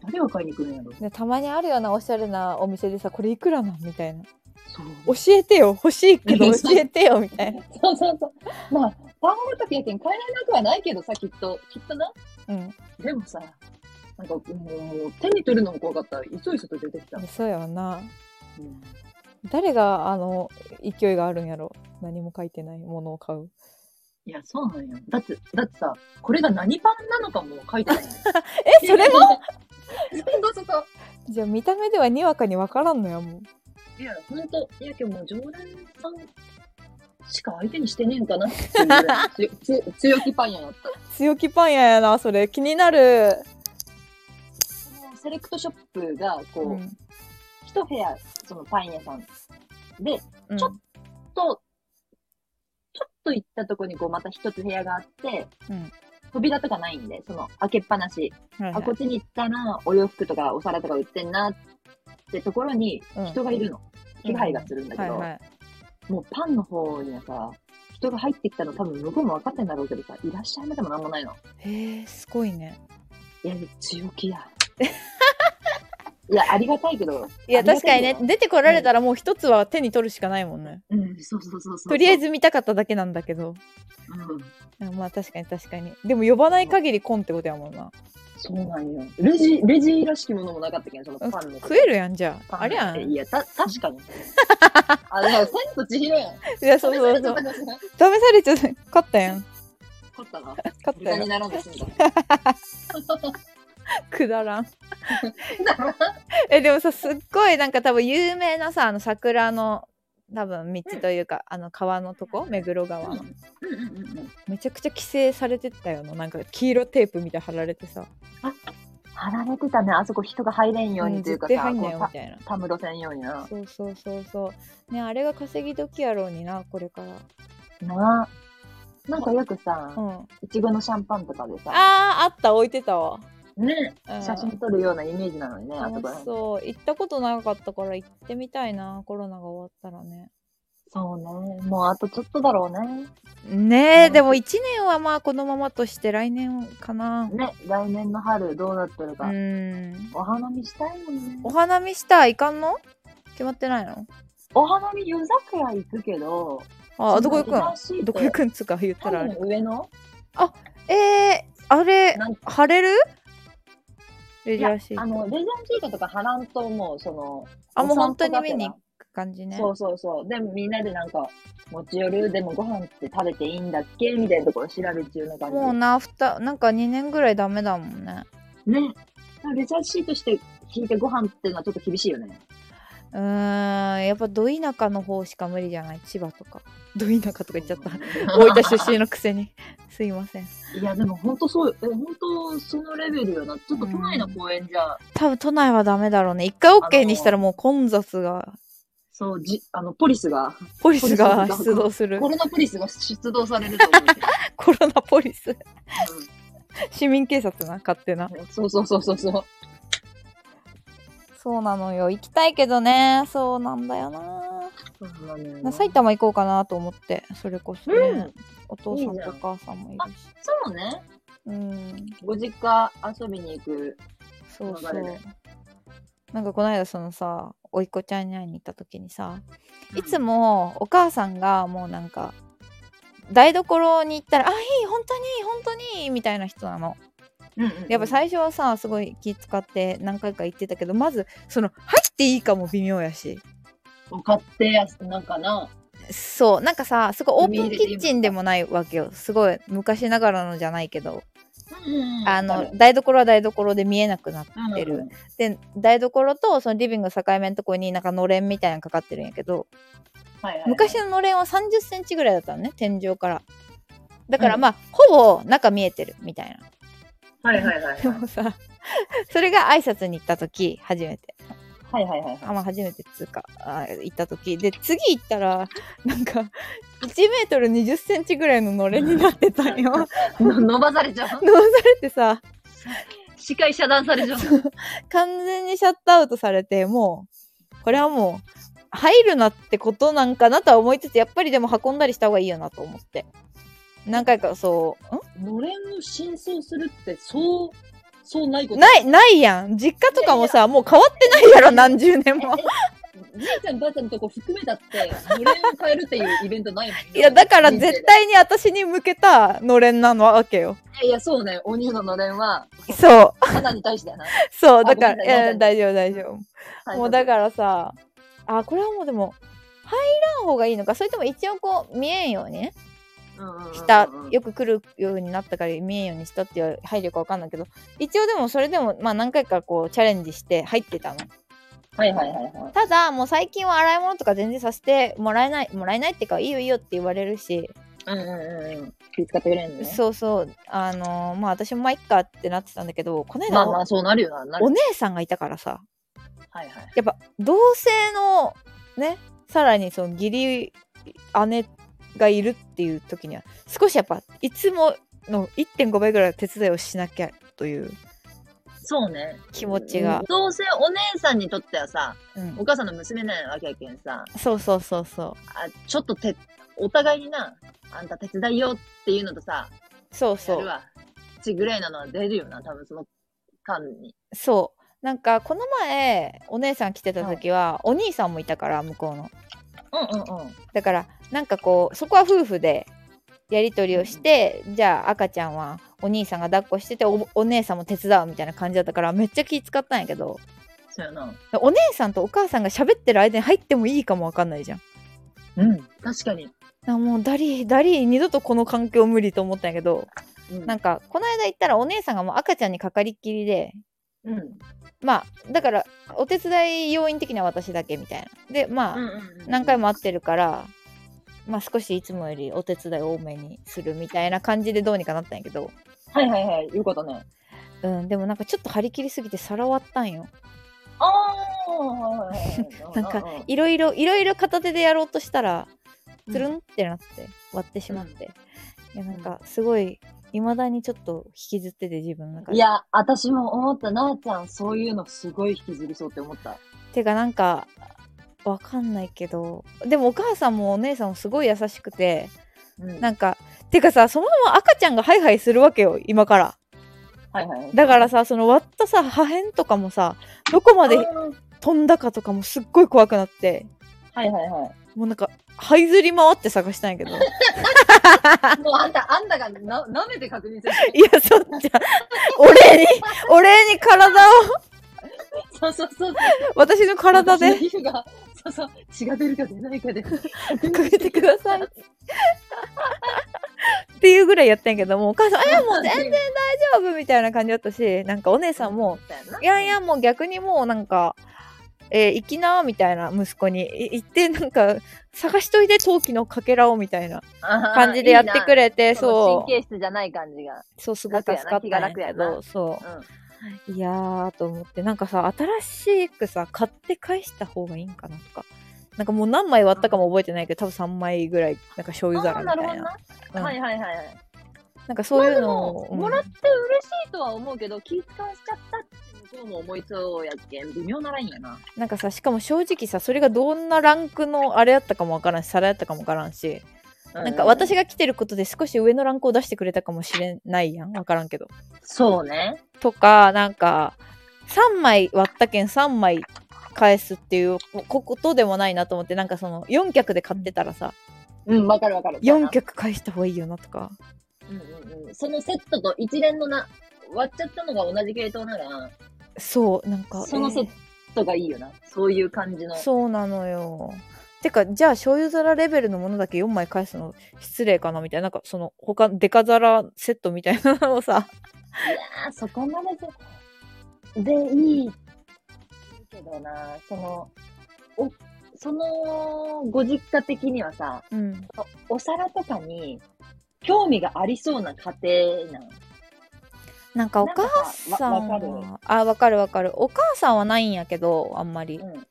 Speaker 2: 誰が買いに来るんやろ。
Speaker 1: ね、たまにあるようなおしゃれなお店でさ、これいくらなんみたいな。
Speaker 2: そう。
Speaker 1: 教えてよ、欲しいけど教えてよ、みたいな。
Speaker 2: そうそうそう。まあ、パンごときやけん買えなくはないけどさ、きっと、きっとな。
Speaker 1: うん。
Speaker 2: でもさ、なんかもう、もう手に取るのも怖かった。いそいそと出てきた。
Speaker 1: そうやわな。
Speaker 2: うん
Speaker 1: 誰が、あの、勢いがあるんやろ。何も書いてないものを買う。
Speaker 2: いいや、そうなんよ。だって、だってさ、これが何パンなのかも書いて ないのよ。
Speaker 1: えそれも
Speaker 2: そうそうそう。
Speaker 1: じゃあ見た目ではにわかにわからんのやもう
Speaker 2: いや、ほんと、いやけどもう常連さんしか相手にしてねえんかなっていうぐ らいつつ強気パン屋やった。
Speaker 1: 強気パン屋やなそれ気になる、
Speaker 2: そのセレクトショップが、こう、
Speaker 1: うん
Speaker 2: 一部屋、そのパン屋さんで、
Speaker 1: うん
Speaker 2: ちょっと、ちょっと行ったとこにこうまた一つ部屋があって、
Speaker 1: うん
Speaker 2: 扉とかないんで、その開けっぱなし。
Speaker 1: はいは
Speaker 2: あ、
Speaker 1: い
Speaker 2: こっちに行ったらお洋服とかお皿とか売ってんなってところに
Speaker 1: うん
Speaker 2: 人がいるの。気配がするんだけ
Speaker 1: はい
Speaker 2: ど、
Speaker 1: はい
Speaker 2: もうパンの方にはさ、人が入ってきたの多分向こうも分かってんだろうけどさ、いらっしゃいまでもなんもないの。
Speaker 1: へえすごいね
Speaker 2: いや、強 気や。いや、ありがたいけど。
Speaker 1: いや
Speaker 2: ありが
Speaker 1: 確か
Speaker 2: た
Speaker 1: に
Speaker 2: け
Speaker 1: ね
Speaker 2: ど
Speaker 1: 出てこられたらもう一つは手に取るしかないもんね、
Speaker 2: うん、そうそうそうそう。
Speaker 1: とりあえ、ず見たかっただけなんだけど
Speaker 2: うん。
Speaker 1: あまあ確かに確かにでも呼ばない限りコンってことやもんな
Speaker 2: そうなんよ。レジ、レジらしきものもなかったけん、そのパンの。
Speaker 1: 食えるやんじゃ
Speaker 2: パン
Speaker 1: ああれやん
Speaker 2: いや、た、確 かに。あ、だから、千と千尋やん。
Speaker 1: いやそうそうそう
Speaker 2: う。
Speaker 1: 試されちゃった勝ったやん
Speaker 2: 勝ったな。
Speaker 1: 勝った
Speaker 2: 豚
Speaker 1: や
Speaker 2: に
Speaker 1: ん
Speaker 2: ならんで済 んだ。
Speaker 1: くだらんえでもさすっごいなんか多分有名なさあの桜の多分道というか、あの川のとこ目黒川の、
Speaker 2: うんうんうんうん。
Speaker 1: めちゃくちゃ規制されてったよななんか黄色テープみたいな貼られてさ
Speaker 2: 貼られてたね、あそこ人が入れんようにというか
Speaker 1: 絶対入
Speaker 2: さ、
Speaker 1: んなよ
Speaker 2: こう
Speaker 1: み
Speaker 2: た
Speaker 1: たいな
Speaker 2: たむろせんようにな。
Speaker 1: そうそうそうそうねあれが稼ぎ時やろうになこれから
Speaker 2: なあなんかよくさ
Speaker 1: う、んあ
Speaker 2: いちごのシャンパンとかでさ、
Speaker 1: あーあった置いてたわ、
Speaker 2: ね、
Speaker 1: うん、
Speaker 2: 写真撮るようなイメージなのにね、あそこら
Speaker 1: 楽し
Speaker 2: 辺
Speaker 1: そう行ったことなかったから行ってみたいなコロナが終わったらね
Speaker 2: そうね、もうあとちょっとだろうね。
Speaker 1: ねえ、
Speaker 2: うん
Speaker 1: でも1年はまあこのままとして来年かな
Speaker 2: ね、来年の春どうなってる
Speaker 1: う
Speaker 2: か。
Speaker 1: ん
Speaker 2: お花見したいもんね。
Speaker 1: お花見したいかんの決まってないの
Speaker 2: お花見夜桜行くけど、
Speaker 1: ああどこ行く
Speaker 2: その
Speaker 1: ん
Speaker 2: 東って
Speaker 1: どこ行くんつうか言った
Speaker 2: 多
Speaker 1: らあ
Speaker 2: 分
Speaker 1: れ
Speaker 2: 上野
Speaker 1: えー、あれ
Speaker 2: なん
Speaker 1: 晴れるレ
Speaker 2: い
Speaker 1: ジ
Speaker 2: や
Speaker 1: らしい
Speaker 2: あの、レジャーシートとかハランともうその、
Speaker 1: あもう
Speaker 2: お散
Speaker 1: 本
Speaker 2: 歩
Speaker 1: 当
Speaker 2: がて
Speaker 1: に
Speaker 2: ら
Speaker 1: 見に行く感じね
Speaker 2: そうそうそう。で、みんなでなんか、持ち寄る、でもご飯って食べていいんだっけみたいなところ調べ中な感じ。
Speaker 1: もうなふたなんか2年ぐらいダメだもんね
Speaker 2: ね。レジャーシートして引いてご飯っていうのはちょっと厳しいよね。
Speaker 1: うーんやっぱど田舎の方しか無理じゃない千葉とかど田舎とか言っちゃ った大分出身のくせにすいません
Speaker 2: 身。いや、でも本当そう、え、本当そのレベルよな。ちょっと都内の公園じゃ、
Speaker 1: 多分都内はダメだろうね一回 OK にしたらもう混雑が
Speaker 2: そう、じ、あの、ポリスが、
Speaker 1: ポリスが
Speaker 2: ポリス
Speaker 1: 出動する
Speaker 2: コロナポリスが出動されると思うけど。
Speaker 1: コロナポリス
Speaker 2: うん
Speaker 1: 市民警察な勝手な
Speaker 2: そうそうそうそうそう。
Speaker 1: そうなのよ行きたいけどねそうなんだよなな埼玉行こうかなと思ってそれこそね、
Speaker 2: うん
Speaker 1: お父さんと
Speaker 2: いいじゃん
Speaker 1: お母さんもいるし
Speaker 2: そうね。
Speaker 1: うん
Speaker 2: ご実家遊びに行く。
Speaker 1: そうそ
Speaker 2: 流れ
Speaker 1: う
Speaker 2: で
Speaker 1: なんかこの間そのさおいっ子ちゃんに会いに行った時にさいつもお母さんがもうなんか台所に行ったら「あいい本当に本当に」みたいな人なの
Speaker 2: うん、うん
Speaker 1: やっぱ最初はさすごい気使って何回か行ってたけどまずその入っていいかも微妙やし
Speaker 2: 分かってやす、なんかな。
Speaker 1: そうなんかさすごいオープンキッチンでもないわけよすごい昔ながらのじゃないけど
Speaker 2: うん
Speaker 1: あの台所は台所で見えなくなって
Speaker 2: 出
Speaker 1: るで台所とそのリビングの境目のとこになんかのれんみたいなのかかってるんやけど昔ののれんは3 0センチぐらいだったのね天井からだから
Speaker 2: うん
Speaker 1: まあ、ほぼ中見えてるみたいな
Speaker 2: はいはいはいは い
Speaker 1: でもさ それが挨拶に行った時初めて
Speaker 2: はいはいはい
Speaker 1: あまあ初めてっつうかあ行った時で次行ったらなんか1メートル2 0センチぐらいののれんになってたん よ
Speaker 2: の伸ばされちゃう
Speaker 1: 伸ばされてさ
Speaker 2: 視界遮断されちゃう
Speaker 1: 完全にシャットアウトされてもうこれはもう入るなってことなんかなとは思いつつやっぱりでも運んだりした方がいいよなと思って何回かそ
Speaker 2: のれんを真相するってそうそうないこ
Speaker 1: う
Speaker 2: と
Speaker 1: ないないやん実家とかもさもう変わってないやろ何十年も
Speaker 2: えじいちゃんばあちゃんのとこ含めたってのれんを変えるっていうイベントないもんね
Speaker 1: いやだから
Speaker 2: 人生で
Speaker 1: 絶対に私に向けたのれんなのわけよ
Speaker 2: いやいやそうねお乳ののれんは
Speaker 1: そう
Speaker 2: 花に対してや な、
Speaker 1: そうだから
Speaker 2: あごめんないさい
Speaker 1: や大丈夫大丈夫
Speaker 2: はい
Speaker 1: もうだからさあこれはもうでも入らん方がいいのかそれとも一応こう見えんようにねしたよく来るようになったから見えんようにしたっていう配慮かわかんないけど一応でもそれでもまあ何回かこうチャレンジして入ってたの
Speaker 2: はいはいはいはい。
Speaker 1: ただもう最近は洗い物とか全然させてもらえないもらえないっていうかいいよいいよって言われるし、
Speaker 2: うんうんうんうん。気使ってくれるのね。
Speaker 1: そうそうあのーまあ私もまあいっかってなってたんだけどこの間、
Speaker 2: まあまあ、そうなるよな。なる
Speaker 1: お姉さんがいたからさ
Speaker 2: はいはい。
Speaker 1: やっぱ同性のねさらにその義理姉がいるっていう時には少しやっぱいつもの1.5倍ぐらい手伝いをしなきゃという
Speaker 2: そうね。
Speaker 1: 気持ちが、
Speaker 2: どうせお姉さんにとってはさ、
Speaker 1: うん
Speaker 2: お母さんの娘なわけやけんさ、
Speaker 1: そうそうそうそ
Speaker 2: あちょっとて、お互いにな、あんた手伝いよっていうのとさ、
Speaker 1: うそう
Speaker 2: や
Speaker 1: そ
Speaker 2: る
Speaker 1: う
Speaker 2: わ。ちぐらいなのは出るよな、多分その間に。
Speaker 1: そうなんかこの前お姉さん来てた時は、お兄さんもいたから向こうの
Speaker 2: うんうんうん。
Speaker 1: だからなんかこうそこは夫婦でやり取りをして、じゃあ赤ちゃんはお兄さんが抱っこしてておお姉さんも手伝うみたいな感じだったからめっちゃ気使ったんやけど
Speaker 2: そうやな。
Speaker 1: お姉さんとお母さんが喋ってる間に入ってもいいかもわかんないじゃん。
Speaker 2: うん。確かに。
Speaker 1: あもうダリーダリー二度とこの環境無理と思ったんやけど
Speaker 2: うん
Speaker 1: なんかこの間行ったらお姉さんがもう赤ちゃんにかかりっきりで
Speaker 2: うん。
Speaker 1: まあだからお手伝い要員的には私だけみたいな。でまあ、
Speaker 2: うんうんうん
Speaker 1: 何回も会ってるから、まあ、少しいつもよりお手伝い多めにするみたいな感じでどうにかなったんやけど、
Speaker 2: はいはいはい。いうことね。
Speaker 1: うん、でもなんかちょっと張り切りすぎてさらわったんよ
Speaker 2: ああ、はいはい はい
Speaker 1: なんか
Speaker 2: うう
Speaker 1: いろいろいろいろ片手でやろうとしたら
Speaker 2: うん
Speaker 1: つるんってなって割ってしまって、いやなんかすごい未だにちょっと引きずってて自分の中で
Speaker 2: いや、私も思った、なあちゃん、そういうのすごい引きずりそうって思った。
Speaker 1: てかなんかわかんないけどでもお母さんもお姉さんもすごい優しくて
Speaker 2: うん
Speaker 1: なんかてかさそのまま赤ちゃんがハイハイするわけよ今から
Speaker 2: はいはい。
Speaker 1: だからさその割ったさ破片とかもさどこまで
Speaker 2: うん
Speaker 1: 飛んだかとかもすっごい怖くなって
Speaker 2: はいはいは
Speaker 1: もうなんか這いずり回って探したんや けどい
Speaker 2: い。もうあんた、あんたがな舐めて確認する。
Speaker 1: やそっちゃお礼にお礼に体を
Speaker 2: そうそうそう。
Speaker 1: 私の体
Speaker 2: 私の
Speaker 1: で
Speaker 2: 皮膚が、そうそう、血が出るか出ないかで。
Speaker 1: かけてくださいっていうぐらいやったんやけどもうお母さん「あいやもう全
Speaker 2: 然
Speaker 1: 丈夫」みたいな感じだったしなんかお姉さんも「いやいやもう逆にもうなんか。えー、行きなみたいな息子にい行ってなんか探しといて陶器のかけらをみたいな感
Speaker 2: 感
Speaker 1: じでやってく
Speaker 2: れ。
Speaker 1: れて
Speaker 2: そ。
Speaker 1: そう
Speaker 2: 神経質じゃない感じが。
Speaker 1: うそうすごい助かったんや
Speaker 2: 楽や
Speaker 1: け
Speaker 2: な気が楽や
Speaker 1: どそ
Speaker 2: うん。
Speaker 1: ういやーと思ってなんかさ新しくさ買って返した方がいいんかなとかなんかもう何枚割ったかも覚えてないけど多分3枚ぐらいなんか醤油
Speaker 2: あ
Speaker 1: 皿
Speaker 2: あ、
Speaker 1: み
Speaker 2: なる
Speaker 1: た
Speaker 2: ほ
Speaker 1: いなうん
Speaker 2: どな。はいはいはいはい。
Speaker 1: なんかそういうの
Speaker 2: まあ
Speaker 1: を、う
Speaker 2: でも
Speaker 1: ん
Speaker 2: もらって嬉しいとは思うけど、気使わしちゃったって向こうも思いそうやっけん。微妙なラインやな。
Speaker 1: なんかさしかも正直さそれがどんなランクのあれやったかもわからんし皿やったかもわからんし、なんか私が来てることで少し上のランクを出してくれたかもしれないやんわからんけど
Speaker 2: そうね。
Speaker 1: とかなんか3枚割ったけん3枚返すっていうこことでもないなと思ってなんかその4脚で買ってたらさ
Speaker 2: うん、わかるわかる。
Speaker 1: 4脚返した方がいいよなとか
Speaker 2: うんうんうん。そのセットと一連のな、割っちゃったのが同じ系統なら、
Speaker 1: そうなんか
Speaker 2: そのセットがいいよな。そういう感じ
Speaker 1: え
Speaker 2: の
Speaker 1: ー。そうなのよてかじゃあ醤油皿レベルのものだけ4枚返すの失礼かなみたいななんかその他デカ皿セットみたいなのをさ
Speaker 2: あ、そこまでで、で、いい。けどな、その、お、その、ご実家的にはさ、
Speaker 1: うん
Speaker 2: お皿とかに、興味がありそうな家庭なの。
Speaker 1: なんかお母さん
Speaker 2: なんかわわ
Speaker 1: はあわかるわかるお母さんはないんやけどあんまり、
Speaker 2: うん。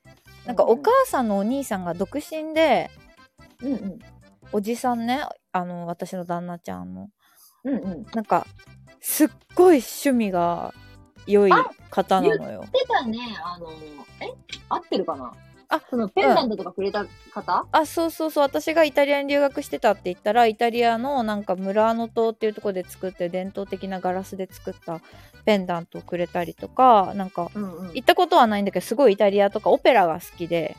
Speaker 1: なんかお母さんのお兄さんが独身で、
Speaker 2: うんうん。
Speaker 1: おじさんねあの私の旦那ちゃんの
Speaker 2: うんうん。
Speaker 1: なんかすっごい趣味が良い方なのよ
Speaker 2: 出たね、あの、え合ってるかな
Speaker 1: あ、
Speaker 2: その、ペンダントとかくれた方、
Speaker 1: あそうそうそう私がイタリアに留学してたって言ったらイタリアのなんかムラーノ島っていうところで作って伝統的なガラスで作ったペンダントをくれたりとかなんか
Speaker 2: うん、うん
Speaker 1: 行ったことはないんだけどすごいイタリアとかオペラが好きで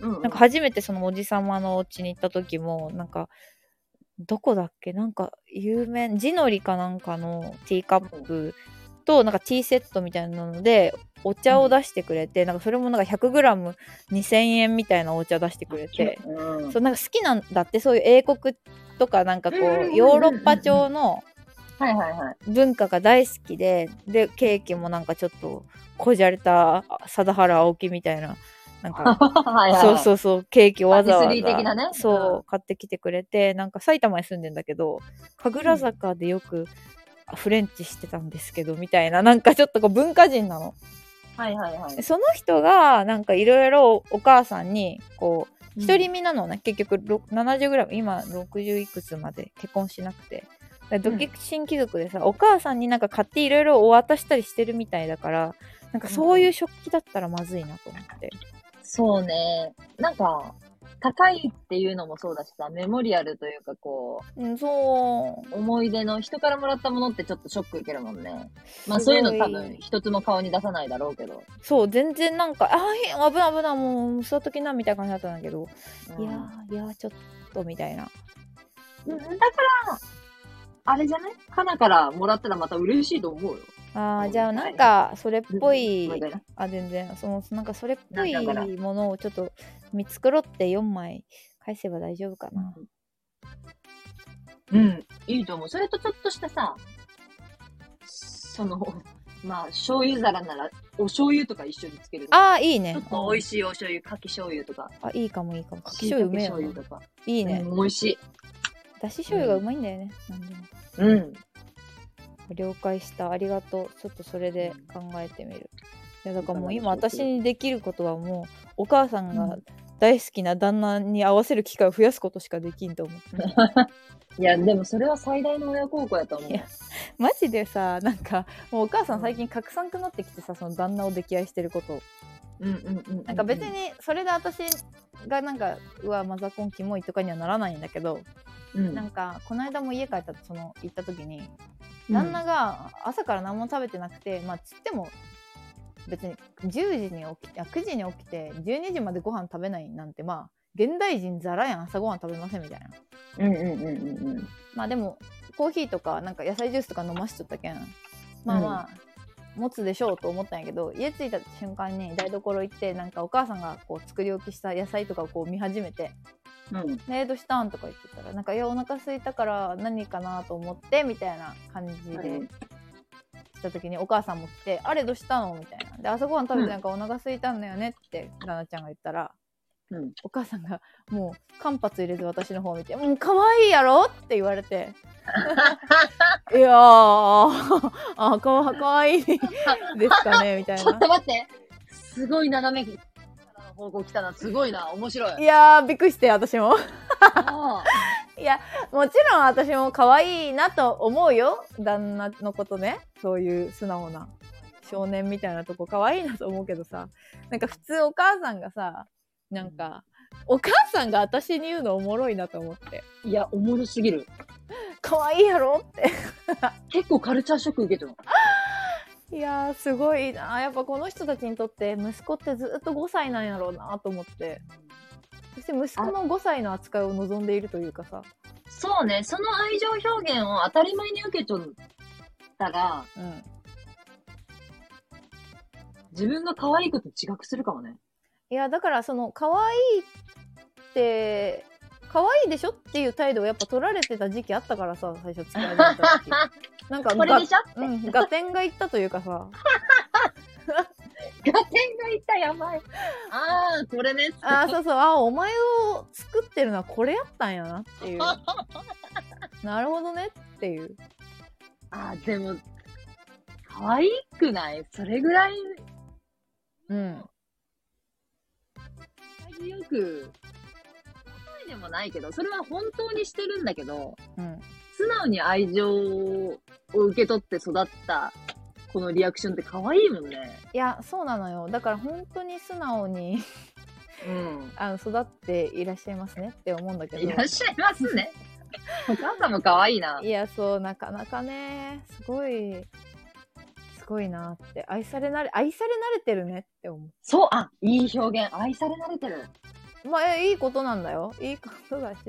Speaker 2: うん。
Speaker 1: なんか初めてそのおじさまのお家に行った時もなんかどこだっけなんか有名地のりかなんかのティーカップとなんかティーセットみたいなのでお茶を出してくれて、なんかそれもなんか 100g2000 円みたいなお茶出してくれて、
Speaker 2: うん、
Speaker 1: そうなんか好きなんだってそういう英国とかなんかこ
Speaker 2: うんうんうんうん
Speaker 1: うヨーロッパ調の
Speaker 2: はい はいはい。
Speaker 1: 文化が大好きででケーキもなんかちょっとこじゃれた貞原青木みたいななんか
Speaker 2: はいはい。。
Speaker 1: そうそううそう、ケーキをわざわざ。
Speaker 2: パティスリー的なね
Speaker 1: そう、
Speaker 2: うん
Speaker 1: 買ってきてくれて、なんか埼玉に住んでんだけど、神楽坂でよくあフレンチしてたんですけど、みたいな、なんかちょっとこう文化人なの。
Speaker 2: はいはいはい。
Speaker 1: その人が、なんかいろいろお母さんに、こう、一人身なのね、結局ろ70ぐらい、今60いくつまで結婚しなくて。だから
Speaker 2: う
Speaker 1: 独
Speaker 2: ん
Speaker 1: 身貴族でさ、お母さんになんか買っていろいろお渡したりしてるみたいだから、なんかそういう食器だったらまずいなと思って。
Speaker 2: そうね。なんか、高いっていうのもそうだしさ、メモリアルというかこ
Speaker 1: うん、そう。
Speaker 2: う、思い出の人からもらったものってちょっとショック受けるもんね。まあ
Speaker 1: す
Speaker 2: そ
Speaker 1: ご
Speaker 2: う
Speaker 1: い
Speaker 2: いうの多分一つも顔に出さないだろうけど。
Speaker 1: そう全然なんか「あーへん危ない危ないもう座っときな」みたいな感じだったんだけど、
Speaker 2: うん
Speaker 1: いやーいやーちょっとみたいな
Speaker 2: うんだから、あれじゃないカナからもらったらまた嬉しいと思うよ。
Speaker 1: あ
Speaker 2: う
Speaker 1: ー
Speaker 2: ん
Speaker 1: じゃあなんかそれっぽい、
Speaker 2: うんうん
Speaker 1: あ全然そのなんかそれっぽい
Speaker 2: なんだから
Speaker 1: ものをちょっと見繕って4枚返せば大丈夫かな、
Speaker 2: うん、いいと思う。それとちょっとしたさ、その、まあ、醤油皿なら、お醤油とか一緒につけるとか。
Speaker 1: あーいい
Speaker 2: ちょ
Speaker 1: ね
Speaker 2: っと美味しいお醤油、かき醤油とか。
Speaker 1: あいいかもいいかもかき醤油うめえよ
Speaker 2: 椎茸醤
Speaker 1: な
Speaker 2: 油とか。
Speaker 1: いいね、
Speaker 2: うん美味しい。
Speaker 1: だし醤油がうまいんだよね、なんでも
Speaker 2: うん。
Speaker 1: 了解したありがとうちょっとそれで考えてみる、いやだからもう今
Speaker 2: いかがでしょう
Speaker 1: 私にできることはもうお母さん
Speaker 2: う
Speaker 1: が大好きな旦那に合わせる機会を増やすことしかできんと 思う、
Speaker 2: いや、でもそれは最大の親孝行やと思う
Speaker 1: い。やマジでさなんかもうお母さ
Speaker 2: うん
Speaker 1: ん最近隠さんくなってきてさその旦那を溺愛してることを
Speaker 2: うんうんうん。
Speaker 1: なんか別にそれで私がなんかうわマザコンキモいとかにはならないんだけど、
Speaker 2: うん、うん、
Speaker 1: なんかこの間も家帰ったその行った時に旦那が朝から何も食べてなくて、まあつっても別に10時に起きあ9時に起きて12時までご飯食べないなんてまあ現代人ザラやん朝ご飯食べませんみたいな
Speaker 2: うんうんうんうんうん。
Speaker 1: まあでもコーヒーとかなんか野菜ジュースとか飲ましちゃったけんまあまあ、持つでしょうと思ったんやけど家着いた瞬間に台所行ってなんかお母さんがこう作り置きした野菜とかをこう見始めて
Speaker 2: うん
Speaker 1: ねえどうしたんとか言ってたらなんかいやお腹空いたから何かなと思ってみたいな感じでした時にお母さんも来て「あれどうしたの?」みたいな「で朝ごはん食べてなんかお腹空いたんだよね」って旦那ちゃんが言ったら、
Speaker 2: うん
Speaker 1: お母さんがもう間髪入れず私の方を見て「うん可愛いやろ?」って言われ て「いやーあかわかわいいですかね」みたい
Speaker 2: ちょっ
Speaker 1: な
Speaker 2: と。待って。すごい斜めからの方向来たな。すごいな。面白
Speaker 1: い
Speaker 2: い。
Speaker 1: やーびっくりして私も
Speaker 2: あ
Speaker 1: もちろん私も可愛いなと思うよ旦那のことねそういう素直な少年みたいなとこ可愛いなと思うけどさなんか普通お母さんがさなんか、お母さんが私に言うのおもろいなと思って
Speaker 2: ーいや、おもろすぎる。
Speaker 1: 可愛いやろっ
Speaker 2: 結構カルチャーショック受けてる。
Speaker 1: ていやーすごいなやっぱこの人たちにとって息子ってずっと5歳なんやろうなと思ってそして息子の5歳の扱いを望んでいるというかさ
Speaker 2: そうね。その愛情表現を当たり前に受けちゃったら、
Speaker 1: うん
Speaker 2: 自分が可愛いこと自覚するかもね。
Speaker 1: いやだからその可愛いって可愛いでしょっていう態度をやっぱ取られてた時期あったからさ最初付き合いだった 時なんか
Speaker 2: これ
Speaker 1: が
Speaker 2: でしょ
Speaker 1: うん合点がいったというかさ
Speaker 2: ガテンがいた、やばい。あー、これね。
Speaker 1: あーそうそうあーお前を作ってるのはこれやったんやなって いうなるほどねっていう
Speaker 2: あー、でも、可愛くないそれぐらい、
Speaker 1: うん
Speaker 2: よく、可愛いでもないけど、それは本当にしてるんだけど、
Speaker 1: うん
Speaker 2: 素直に愛情を受け取って育ったこのリアクションって可愛いもんね。
Speaker 1: いやそうなのよだから本当に素直に
Speaker 2: うん。
Speaker 1: あの育っていらっしゃいますねって思うんだけど
Speaker 2: いらっしゃいますね。お母さんも可愛いな。
Speaker 1: いやそうなかなかねすごいすごいなって愛されなれ愛され慣れてるねって思
Speaker 2: そう、あ、いい表現。愛され慣れてる。
Speaker 1: うまあえいいことなんだよいいことだし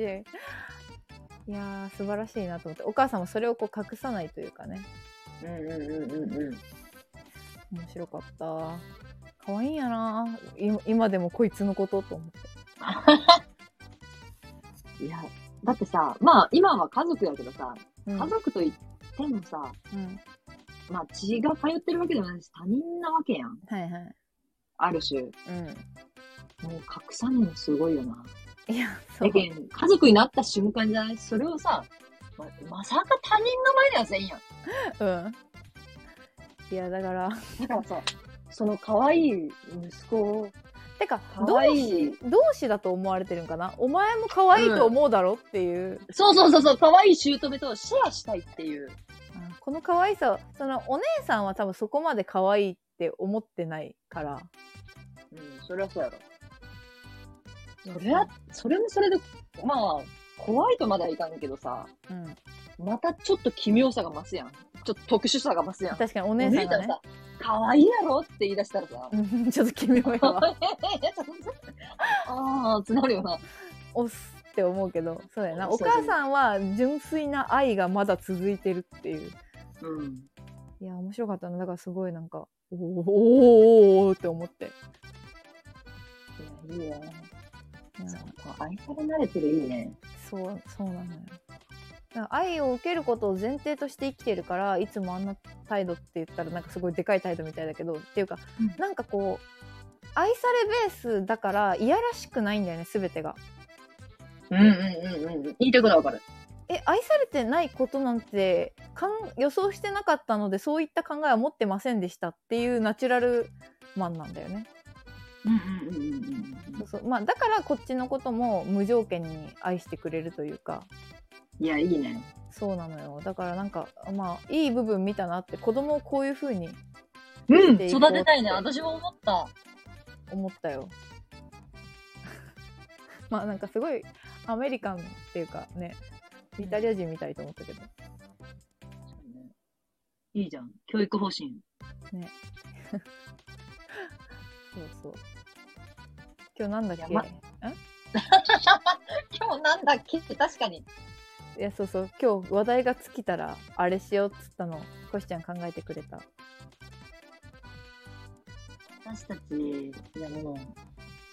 Speaker 1: いやー素晴らしいなと思ってお母さんもそれをこう隠さないというかね
Speaker 2: うんうんうんうんうん。
Speaker 1: 面白かった可愛いんやない今でもこいつのことと思って
Speaker 2: いや、だってさ、まあ今は家族やけどさ、
Speaker 1: うん
Speaker 2: 家族と言ってもさ、
Speaker 1: うん
Speaker 2: まあ血が通ってるわけでもないし、他人なわけやん。
Speaker 1: はいはい
Speaker 2: ある種、
Speaker 1: うん
Speaker 2: もう隠さんのすごいよな。
Speaker 1: いやそう
Speaker 2: やけん、家族になった瞬間じゃないそれをさ、ままさか他人の前ではせんやん。
Speaker 1: うんいやだから
Speaker 2: だからさ、その可愛い息子を、
Speaker 1: てか
Speaker 2: 可
Speaker 1: 同
Speaker 2: 愛
Speaker 1: 志
Speaker 2: い
Speaker 1: 同志だと思われてるんかなお前も可愛いと思うだろっていう、
Speaker 2: そうそうそうそう、可愛い姑とシェアしたいっていう。
Speaker 1: あこの可愛さをそのお姉さんは多分そこまで可愛いって思ってないから
Speaker 2: うん、それはそうやろ。それは、それもそれで、まあ、怖いとまではいかんけどさ、
Speaker 1: うん、
Speaker 2: またちょっと奇妙さが増すやん。ちょっと特殊さが増すやん。
Speaker 1: 確かにお
Speaker 2: お
Speaker 1: 姉さんがね
Speaker 2: さ、可愛いやろって言い出したらさ、
Speaker 1: うん ちょっと奇妙やわ
Speaker 2: ああ、つなるよな。
Speaker 1: 押すって思うけどそうやなお
Speaker 2: そうそう
Speaker 1: 母さんは純粋な愛がまだ続いてるっていう
Speaker 2: うん。
Speaker 1: いや面白かったなだからすごいなんかおーおーおーおーって思って
Speaker 2: いや、いいよ。
Speaker 1: うん
Speaker 2: そうか愛され慣れてるいいね。
Speaker 1: そうそうなのよだから愛を受けることを前提として生きてるからいつもあんな態度って言ったらなんかすごいでかい態度みたいだけどっていうか、
Speaker 2: うん
Speaker 1: なんかこう愛されベースだからいやらしくないんだよね全てが
Speaker 2: うんうんうんうん。言いたいことはわかる。
Speaker 1: え愛されてないことなんてかん予想してなかったのでそういった考えは持ってませんでしたっていうナチュラルマンなんだよね
Speaker 2: うんうんうんうんうん
Speaker 1: そうそう、まあ、だからこっちのことも無条件に愛してくれるというか
Speaker 2: いや、いいね。
Speaker 1: そうなのよだからなんかまあいい部分見たなって子供をこういうふうに
Speaker 2: うんん、育てたいね。私も思った。
Speaker 1: 思ったよ まあなんかすごいアメリカンっていうかねイタリア人みたいと思ったけど
Speaker 2: いいじゃん。教育方針。
Speaker 1: そうそう今日なんだっ
Speaker 2: や
Speaker 1: け
Speaker 2: ば 今日なんだっけって確かに。
Speaker 1: いやそうそう今日話題が尽きたらあれしようっつったのコシちゃん考えてくれた
Speaker 2: 私たち、いやもう、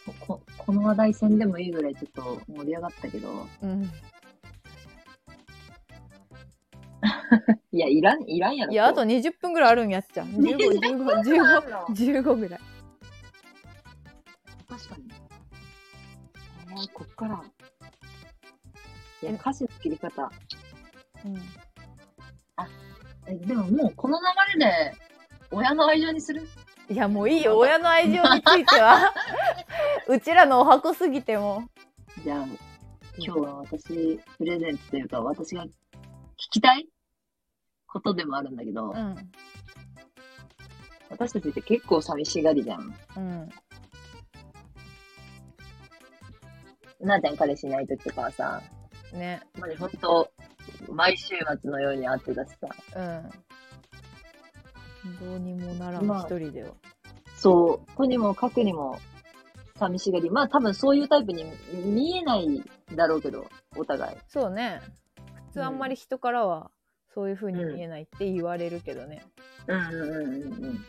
Speaker 2: そこ、この話題戦でもいいぐらいちょっと盛り上がったけど。
Speaker 1: うん
Speaker 2: いや、いらん、いらんやろ。
Speaker 1: いやあと
Speaker 2: 今
Speaker 1: 20分ぐらいあるんやっちゃん
Speaker 2: 日、
Speaker 1: 1515 15 15 15ぐらい
Speaker 2: 確かに。えー、こっから。いや、歌詞の切り方。
Speaker 1: うん
Speaker 2: え、でももうこの流れで、親の愛情にする
Speaker 1: いやもういいよ親の愛情についてはうちらのお箱すぎても
Speaker 2: じゃあ、今日は私、プレゼントというか、私が聞きたいことでもあるんだけど、
Speaker 1: うん
Speaker 2: 私たちって結構寂しがりじゃん。
Speaker 1: うん
Speaker 2: なあちゃん彼氏いない時とかはさ、
Speaker 1: ね
Speaker 2: まあ、ほんと、毎週末のように会ってたしさ、
Speaker 1: うんどうにもならん一、
Speaker 2: まあ
Speaker 1: 人では
Speaker 2: そう、とにもかくにも寂しがり、まあ多分そういうタイプに見えないだろうけど、お互い。
Speaker 1: そうね普通あんまり人からはそういう風に
Speaker 2: うん
Speaker 1: 見えないって言われるけどね、
Speaker 2: うんうんうんうん。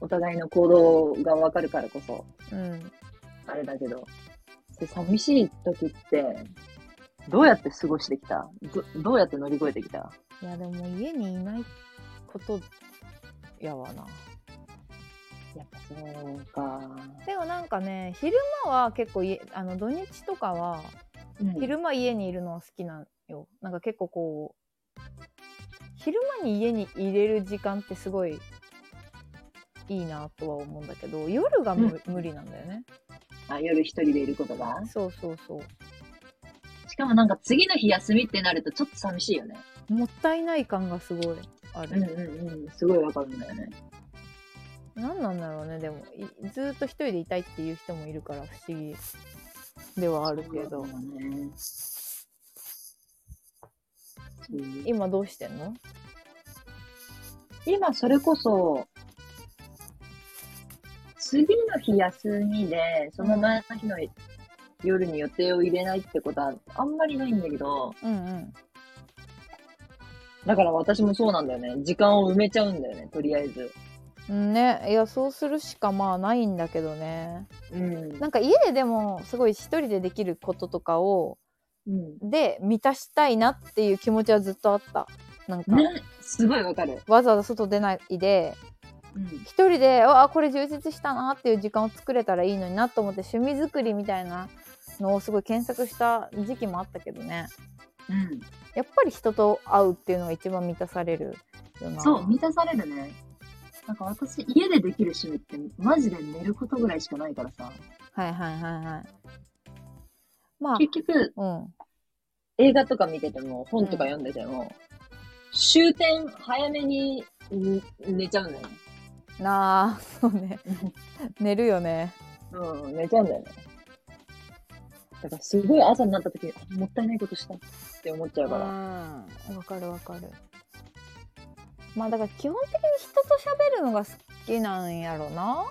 Speaker 2: お互いの行動がわかるからこそ、
Speaker 1: うん、
Speaker 2: あれだけど。で寂しい時って、どうやって過ごしてきたどどうやって乗り越えてきた
Speaker 1: いやでも家にいないことやわな
Speaker 2: やっぱそうか。
Speaker 1: でもなんかね昼間は結構家あの土日とかは
Speaker 2: うん、
Speaker 1: 昼間家にいるのは好きなんよなんか結構こう昼間に家に入れる時間ってすごいいいなとは思うんだけど夜がむ無理なんだよね
Speaker 2: あ夜一人でいることが
Speaker 1: そうそうそう
Speaker 2: しかもなんか次の日休みってなるとちょっと寂しいよね。
Speaker 1: もったいない感がすごいあ
Speaker 2: うん
Speaker 1: る、
Speaker 2: うんうん。すごいわかるんだよね。
Speaker 1: 何なんだろうねでもいずーっと一人でいたいっていう人もいるから不思議ではあるけど、
Speaker 2: そうだね。うん
Speaker 1: 今どうしてんの
Speaker 2: 今それこそ、次の日休みで、その前の日の夜に予定を入れないってことはあんまりないんだけど、
Speaker 1: うんうん
Speaker 2: だから私もそうなんだよね。時間を埋めちゃうんだよね、とりあえず。
Speaker 1: うんねいやそうするしかまあないんだけどね
Speaker 2: うん。
Speaker 1: なんか家ででもすごい一人でできることとかを
Speaker 2: うん。
Speaker 1: で満たしたいなっていう気持ちはずっとあったなんか、
Speaker 2: ね、すごいわかる。
Speaker 1: わざわざ外出ないで
Speaker 2: うん。
Speaker 1: 一人であこれ充実したなっていう時間を作れたらいいのになと思って趣味作りみたいなのをすごい検索した時期もあったけどね
Speaker 2: うん。
Speaker 1: やっぱり人と会うっていうのが一番満たされるよな
Speaker 2: そう、満たされるね。なんか私、家でできる趣味って、マジで寝ることぐらいしかないからさ。
Speaker 1: はいはいはいはいまあ
Speaker 2: 結局、
Speaker 1: うん
Speaker 2: 映画とか見てても、本とか読んでても、終点早めにん寝ちゃうんだよね。
Speaker 1: なあそうね寝るよね
Speaker 2: うん、寝ちゃうんだよね。だからすごい朝になった時に、あもったいないことしたって思っちゃうから。
Speaker 1: うんわかるわかるまあだから基本的に人と喋るのが好きなんやろな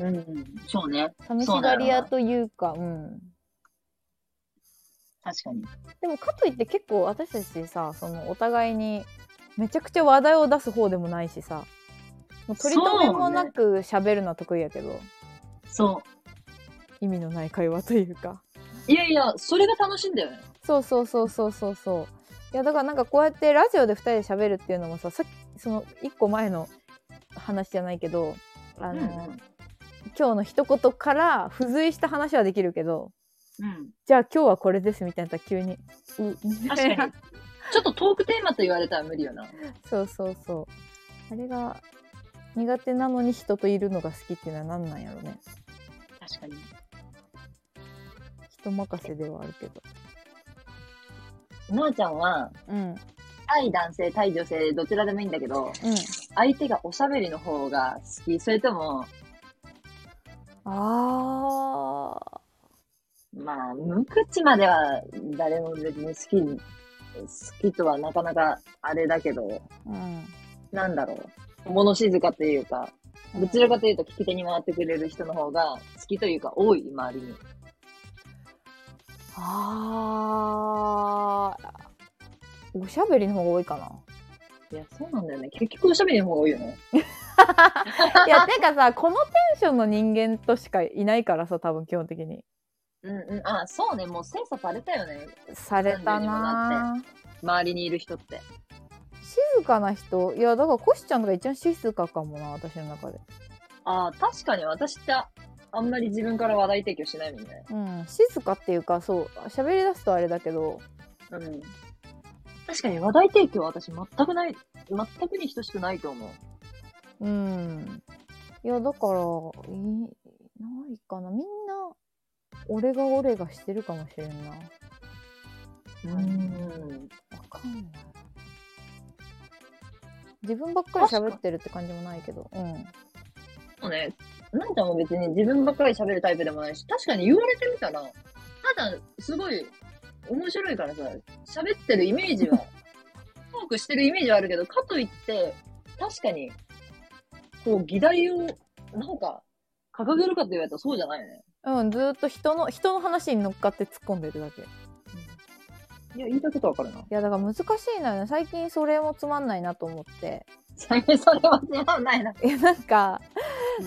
Speaker 2: うん、そうね。
Speaker 1: 寂しがり屋というかうん
Speaker 2: 確かに。
Speaker 1: でもかといって結構私たちさそのお互いにめちゃくちゃ話題を出す方でもないしさもう取り留めもなく喋るのは得意やけど、
Speaker 2: そ
Speaker 1: 意味のない会話というか
Speaker 2: う。いやいや、それが楽しいんだよね。
Speaker 1: そうそうそうそうそうそういやだからなんかこうやってラジオで2人で喋るっていうのもささっきその1個前の話じゃないけどあの、今日の一言から付随した話はできるけど
Speaker 2: うん。うん。
Speaker 1: じゃあ今日はこれですみたいな急に「う」 みた
Speaker 2: 確
Speaker 1: いな
Speaker 2: か に。ちょっとトークテーマと言われたら無理よな。
Speaker 1: そうそうそうあれが苦手なのに人といるのが好きっていうのは何なんやろね
Speaker 2: 確かに。
Speaker 1: 人任せではあるけど
Speaker 2: なあちゃんは、
Speaker 1: うんうん
Speaker 2: 対男性、対女性、どちらでもいいんだけど、相手がおしゃべりの方が好き。それとも、
Speaker 1: あー
Speaker 2: まあ、無口までは誰も別に好き、好きとはなかなかあれだけど、
Speaker 1: うん
Speaker 2: なんだろう。物静かというか、どちらかというと聞き手に回ってくれる人の方が好きというか多い、周りに。
Speaker 1: あーおしゃべりの方が多い かな
Speaker 2: いや、そうなんだよね。結局おしゃべりの方が多いよね。
Speaker 1: いやてかさこのテンションの人間としかいないからさ多分基本的に
Speaker 2: うんうん。あ、そうね。もう精査されたよね。
Speaker 1: されたなー
Speaker 2: 周りにいる人って。
Speaker 1: 静かな人いやだからコシちゃんとか一番静かかもな私の中で
Speaker 2: ああ、確かに私ってあんまり自分から話題提供しないもんね。
Speaker 1: うん静かっていうかそう喋り出すとあれだけど
Speaker 2: うん。確かに話題提供は私全くない、全くに等しくないと思う。
Speaker 1: うんいやだからいないかなみんな俺が俺がしてるかもしれんな
Speaker 2: う
Speaker 1: うんわかんない自分ばっかり喋ってるって感じもないけどうん
Speaker 2: そうね、なんちゃんも別に自分ばっかり喋るタイプでもないし、確かに言われてみたら、ただ、すごい面白いからさ、喋ってるイメー ジは、トークしてるイメージはあるけど、かといって、確かに、こう、議題を、なんか、掲げるかって言われたらそうじゃないよね。
Speaker 1: うん、ずーっと人の人の話に乗っかって突っ込んでるだけい
Speaker 2: いや、言いたいことわかるな。
Speaker 1: やだから難しいのよね最近それもつまんないなと思って
Speaker 2: それそれは違うないな。
Speaker 1: いやなんか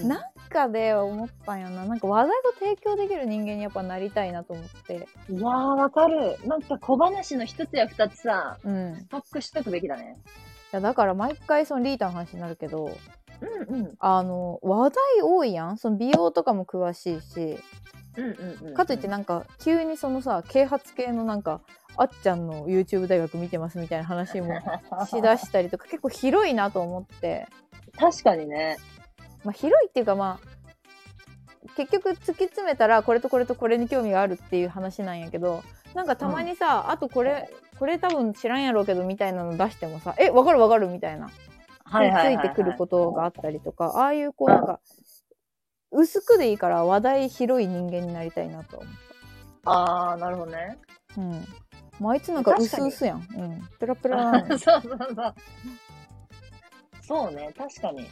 Speaker 2: な
Speaker 1: なんかで思ったんよななんか話題を提供できる人間にやっぱなりたいなと思って
Speaker 2: いやー、わかる。なんか小話の一つや二つさ、
Speaker 1: うんい
Speaker 2: ストックしとくべきだね。
Speaker 1: やだから毎回そのリータの話になるけど
Speaker 2: うんうん。
Speaker 1: あの話題多いやんその美容とかも詳しいし
Speaker 2: うんうんうん。
Speaker 1: かといってなんか急にそのさ啓発系のなんかあっちゃんの YouTube 大学見てますみたいな話もしだしたりとか結構広いなと思って、
Speaker 2: 確かにね。
Speaker 1: まあ、広いっていうかまあ結局突き詰めたらこれとこれとこれに興味があるっていう話なんやけどなんかたまにさ、あとこれこれ多分知らんやろうけどみたいなの出してもさえわかるわかるみたいな食いついてくることがあったりとかああいうこうなんか薄くでいいから話題広い人間になりたいなと思
Speaker 2: ああ、なるほどね。
Speaker 1: う、うん、まああいつなんか
Speaker 2: 確
Speaker 1: 薄
Speaker 2: かに
Speaker 1: 々やん、うん、ペラペラなのに
Speaker 2: そうそうそう。そうね、確かに。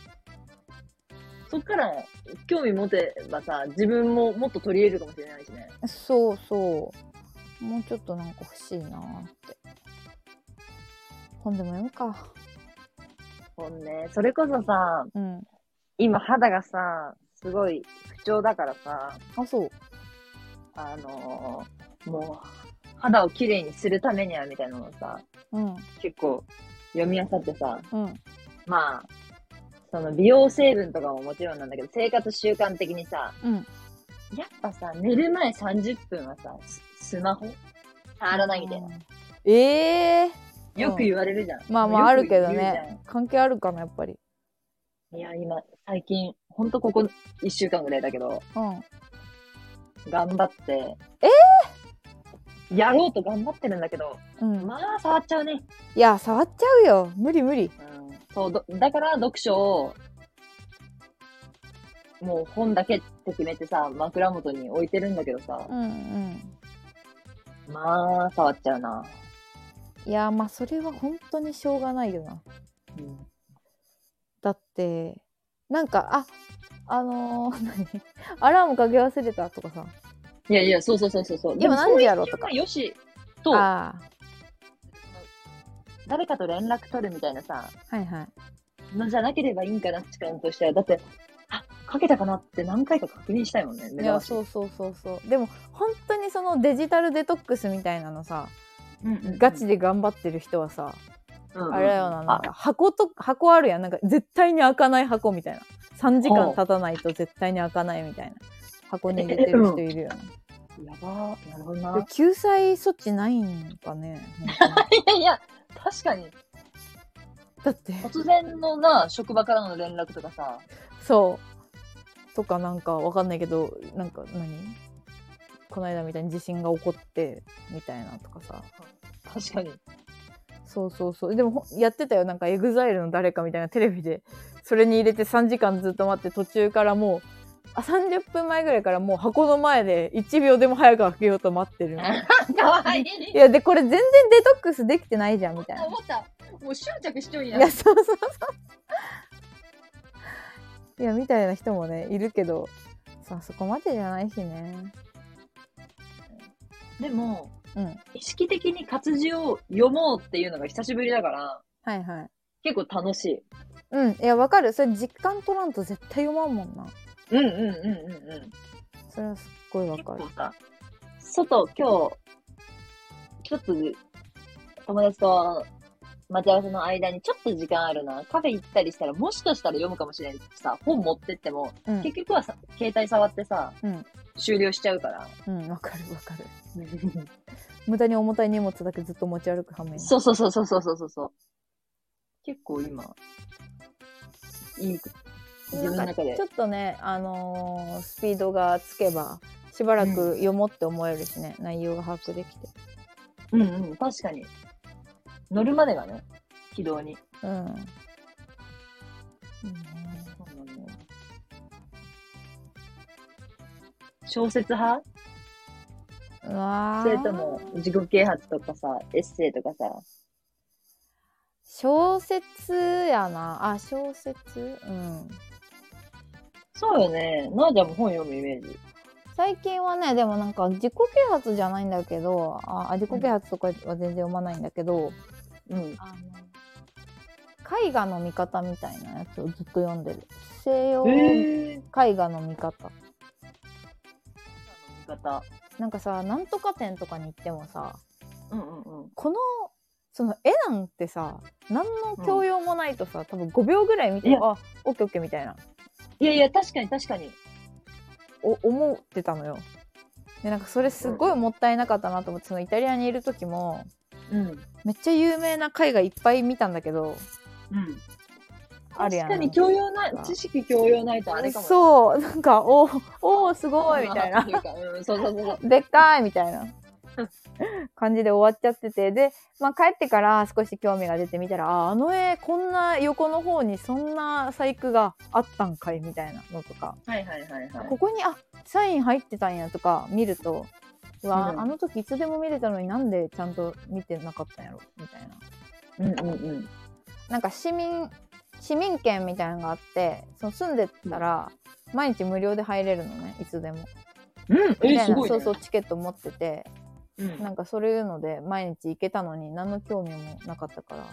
Speaker 2: そっから興味持てばさ、自分ももっと取り入れるかもしれないしね。
Speaker 1: そうそうもうちょっとなんか欲しいなーって本でも読むか
Speaker 2: ほんね、それこそさ、
Speaker 1: うん
Speaker 2: 今肌がさ、すごい不調だからさ、
Speaker 1: あそう
Speaker 2: あのーもう、肌をきれいにするためにはみたいなのをさ、
Speaker 1: うん
Speaker 2: 結構読み漁ってさ、
Speaker 1: うん
Speaker 2: まあ、その美容成分とかももちろんなんだけど、生活習慣的にさ、
Speaker 1: うん
Speaker 2: やっぱさ、寝る前30分はさ、ススマホ触らないみたいな。
Speaker 1: ええうん
Speaker 2: よく言われるじゃん。
Speaker 1: まあまああ
Speaker 2: よ
Speaker 1: る
Speaker 2: く
Speaker 1: けど
Speaker 2: 言うじゃん
Speaker 1: ね。関係あるかなやっぱり
Speaker 2: いや、今、最近、ほんとここ1週間ぐらいだけど、
Speaker 1: うん
Speaker 2: 頑張って。えやろうと頑張ってるんだけど、
Speaker 1: うん
Speaker 2: まあ触っちゃうね。
Speaker 1: いや触っちゃうよ無理無理
Speaker 2: うん、そうど、だから読書を、もう本だけって決めてさ、枕元に置いてるんだけどさ、
Speaker 1: うんうん
Speaker 2: まあ触っちゃうな。
Speaker 1: いやまあそれは本当にしょうがないよな
Speaker 2: うん
Speaker 1: だってなんかああのー、何 アラームかけ忘れたとかさ
Speaker 2: いやいや、そうそうそうそうそう。
Speaker 1: 今何時やろうとか
Speaker 2: でもそういう時はよし
Speaker 1: ああ
Speaker 2: と、誰かと連絡取るみたいなさ、
Speaker 1: はいはい
Speaker 2: のじゃなければいいんかな、時間としては。だって、あ、かけたかなって何回か確認したいもんね。
Speaker 1: いや
Speaker 2: う。
Speaker 1: そうそうそうそうでも本当にそのデジタルデトックスみたいなのさ
Speaker 2: うんうんうん
Speaker 1: ガチ、で頑張ってる人はさ、
Speaker 2: うんうんうん
Speaker 1: あれだよななん
Speaker 2: あ
Speaker 1: か箱と箱あるやんなんか絶対に開かない箱みたいな3時間経たないと絶対に開かないみたいな箱に入れてる人いるよね
Speaker 2: やばー、なるほど
Speaker 1: で
Speaker 2: な。
Speaker 1: 救済措置ないんかね本 当に
Speaker 2: いやいや、確かに、
Speaker 1: だって
Speaker 2: 突然のな、職場からの連絡とかさ、
Speaker 1: そうとかなんかわかんないけどなんか何この間みたいに地震が起こってみたいなとかさ
Speaker 2: 確かに。
Speaker 1: そうそうそうでもほんやってたよなんかエグザイルの誰かみたいなテレビでそれに入れて3時間ずっと待って途中からもうあ30分前ぐらいからもう箱の前で1秒でも早く開けようと待ってるみたいな
Speaker 2: かわいい。
Speaker 1: いやでこれ全然デトックスできてないじゃんみたいな
Speaker 2: 思った。もう執着しちゃうん
Speaker 1: いやそうそう そういやみたいな人もねいるけどさそこまでじゃないしね
Speaker 2: でも、
Speaker 1: うん
Speaker 2: 意識的に活字を読もうっていうのが久しぶりだから、
Speaker 1: はいはい
Speaker 2: 結構楽しい。
Speaker 1: うんいやわかるそれ実感取らんと絶対読まんもんな
Speaker 2: うんうんうんうんうん。
Speaker 1: それはすっごいわ
Speaker 2: 結
Speaker 1: かる
Speaker 2: 構さ、外今日、ちょっと友達と待ち合わせの間にちょっと時間あるな。カフェ行ったりしたら、もしかしたら読むかもしれんしさ、本持ってっても、
Speaker 1: うん
Speaker 2: 結局はさ、携帯触ってさ、
Speaker 1: うん
Speaker 2: 終了しちゃう から。
Speaker 1: うんわかるわかる無駄に重たい荷物だけずっと持ち歩くはめ
Speaker 2: そうそうそうそうそうそうそうそう。結構今、いい、自分の中で
Speaker 1: ちょ。っとね、あのースピードがつけばしばらく読もうって思えるしね、内容が把握できて
Speaker 2: うんうん、確かに。乗るまでがね、軌道に。
Speaker 1: うん、いいね
Speaker 2: 小説派
Speaker 1: うわ
Speaker 2: それとも
Speaker 1: ー
Speaker 2: 自己啓発とかさ、エッセイとかさ。
Speaker 1: 小説やなあ小説うん
Speaker 2: そうよね。なあちゃんも本読むイメージ。
Speaker 1: 最近はねでもなんか自己啓発じゃないんだけどああ自己啓発とかは全然読まないんだけど、
Speaker 2: うん。
Speaker 1: あの絵画の見方みたいなやつをずっと読んでる西洋絵
Speaker 2: へえ。
Speaker 1: 画の見方
Speaker 2: 見方。
Speaker 1: なんかさなんとか展とかに行ってもさ
Speaker 2: うんうんうん。
Speaker 1: このその絵なんてさ何の教養もないとさ、多分5秒ぐらい見て
Speaker 2: いや
Speaker 1: あオッケーオッケーみたいない
Speaker 2: やいや、確かに確かに。
Speaker 1: お思ってたのよでなんかそれすごいもったいなかったなと思ってそのイタリアにいる時も
Speaker 2: うん。
Speaker 1: めっちゃ有名な絵画いっぱい見たんだけど
Speaker 2: うん。
Speaker 1: あるやん
Speaker 2: 確かに教養ない
Speaker 1: なん、か
Speaker 2: 知識教養ないとあれかもね。
Speaker 1: そうなんかおおーすごいみたいな
Speaker 2: ってうかうんそうそうそうそう。
Speaker 1: でっかいみたいな感じで終わっちゃっててで、まあ、帰ってから少し興味が出てみたらああの絵こんな横の方にそんな細工があったんかいみたいなのとか
Speaker 2: はいはいはいはい。
Speaker 1: ここにあサイン入ってたんやとか見るとうわ、
Speaker 2: うん
Speaker 1: あの時いつでも見れたのになんでちゃんと見てなかったんやろみたいな
Speaker 2: うんうんうん。
Speaker 1: なんか市民市民権みたいなのがあってその住んでたら毎日無料で入れるのねいつでも
Speaker 2: うん、
Speaker 1: み
Speaker 2: え、
Speaker 1: たい
Speaker 2: す
Speaker 1: な、
Speaker 2: ごい、
Speaker 1: そ
Speaker 2: ね。
Speaker 1: うそうチケット持ってて
Speaker 2: うん。
Speaker 1: なんかそういうので毎日行けたのに何の興味もなかったから、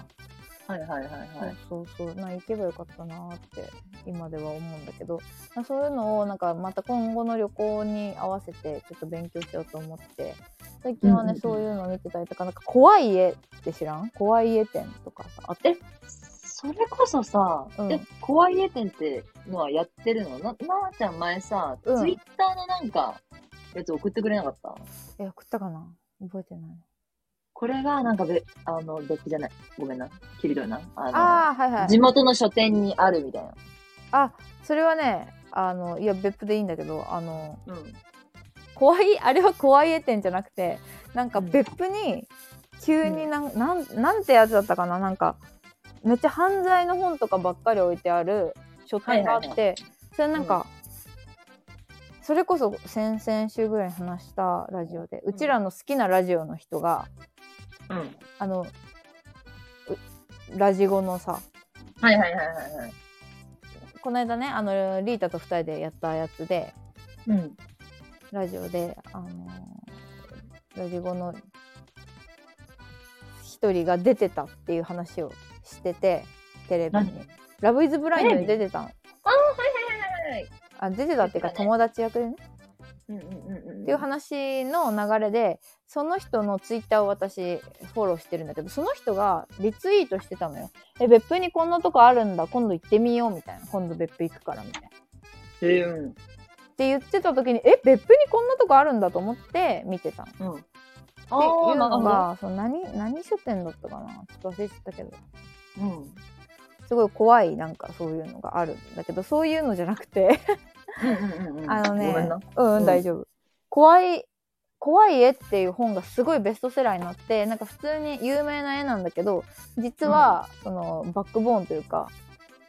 Speaker 2: はいはいはいはい。
Speaker 1: そうそうそうな行けばよかったなーって今では思うんだけどまあそういうのをなんかまた今後の旅行に合わせてちょっと勉強しようと思って最近はね、
Speaker 2: うんうんうん
Speaker 1: そういうの見てたりとかなんか怖い家って知らん怖い家店とかさあって
Speaker 2: えそれこそさ、
Speaker 1: うん
Speaker 2: え、怖い家店ってのはやってるのな、なあちゃん前さ、
Speaker 1: うん
Speaker 2: ツイッターのなんか、やつ送ってくれなかった
Speaker 1: え送ったかな覚えてない
Speaker 2: これがなんかべ、あの、別じゃない。ごめんな。切り取るな。あの、
Speaker 1: ああーはいはい
Speaker 2: 地元の書店にあるみたいな。
Speaker 1: あそれはねあのいや別府でいいんだけどあの
Speaker 2: うん。
Speaker 1: 怖いあれは怖い絵店じゃなくてなんか
Speaker 2: うん
Speaker 1: 別府に急になん,、なんなんてやつだったかななんかめっちゃ犯罪の本とかばっかり置いてある書店があって、
Speaker 2: はい
Speaker 1: それなんか、それこそ先々週ぐらいに話したラジオでうちらの好きなラジオの人が、
Speaker 2: うん。
Speaker 1: あのうラジゴのさ
Speaker 2: はいはいはいはいはい。
Speaker 1: この間ねあのリータと2人でやったやつで
Speaker 2: うん。
Speaker 1: ラジオで、あのーラジオの一人が出てたっていう話をしててテレビ
Speaker 2: 何
Speaker 1: に「ラブイズブラインドに出てたの
Speaker 2: ああ、はいはいはいはいはい。
Speaker 1: あ出てたっていうか
Speaker 2: 出てたね
Speaker 1: 友達役でね
Speaker 2: うんうんうんうん。
Speaker 1: っていう話の流れでその人のツイッターを私フォローしてるんだけどその人がリツイートしてたのよ「え別府にこんなとこあるんだ今度行ってみよう」みたいな「今度別府行くから」みたいな。
Speaker 2: えー、うん。
Speaker 1: って言ってた時にえ別府にこんなとこあるんだと思って見てたの
Speaker 2: うん。
Speaker 1: っていう
Speaker 2: なる
Speaker 1: の
Speaker 2: ほど。
Speaker 1: が、その何、何書店だったかなちょっと忘れちゃったけど、
Speaker 2: うん。
Speaker 1: すごい怖い、なんかそういうのがあるんだけど、そういうのじゃなくて、
Speaker 2: うんうんうんうん。
Speaker 1: あのね
Speaker 2: ごめんな。、
Speaker 1: うん、
Speaker 2: うん
Speaker 1: 大丈夫。怖い、怖い絵っていう本がすごいベストセラーになって、なんか普通に有名な絵なんだけど、実は、その、バックボーンというか、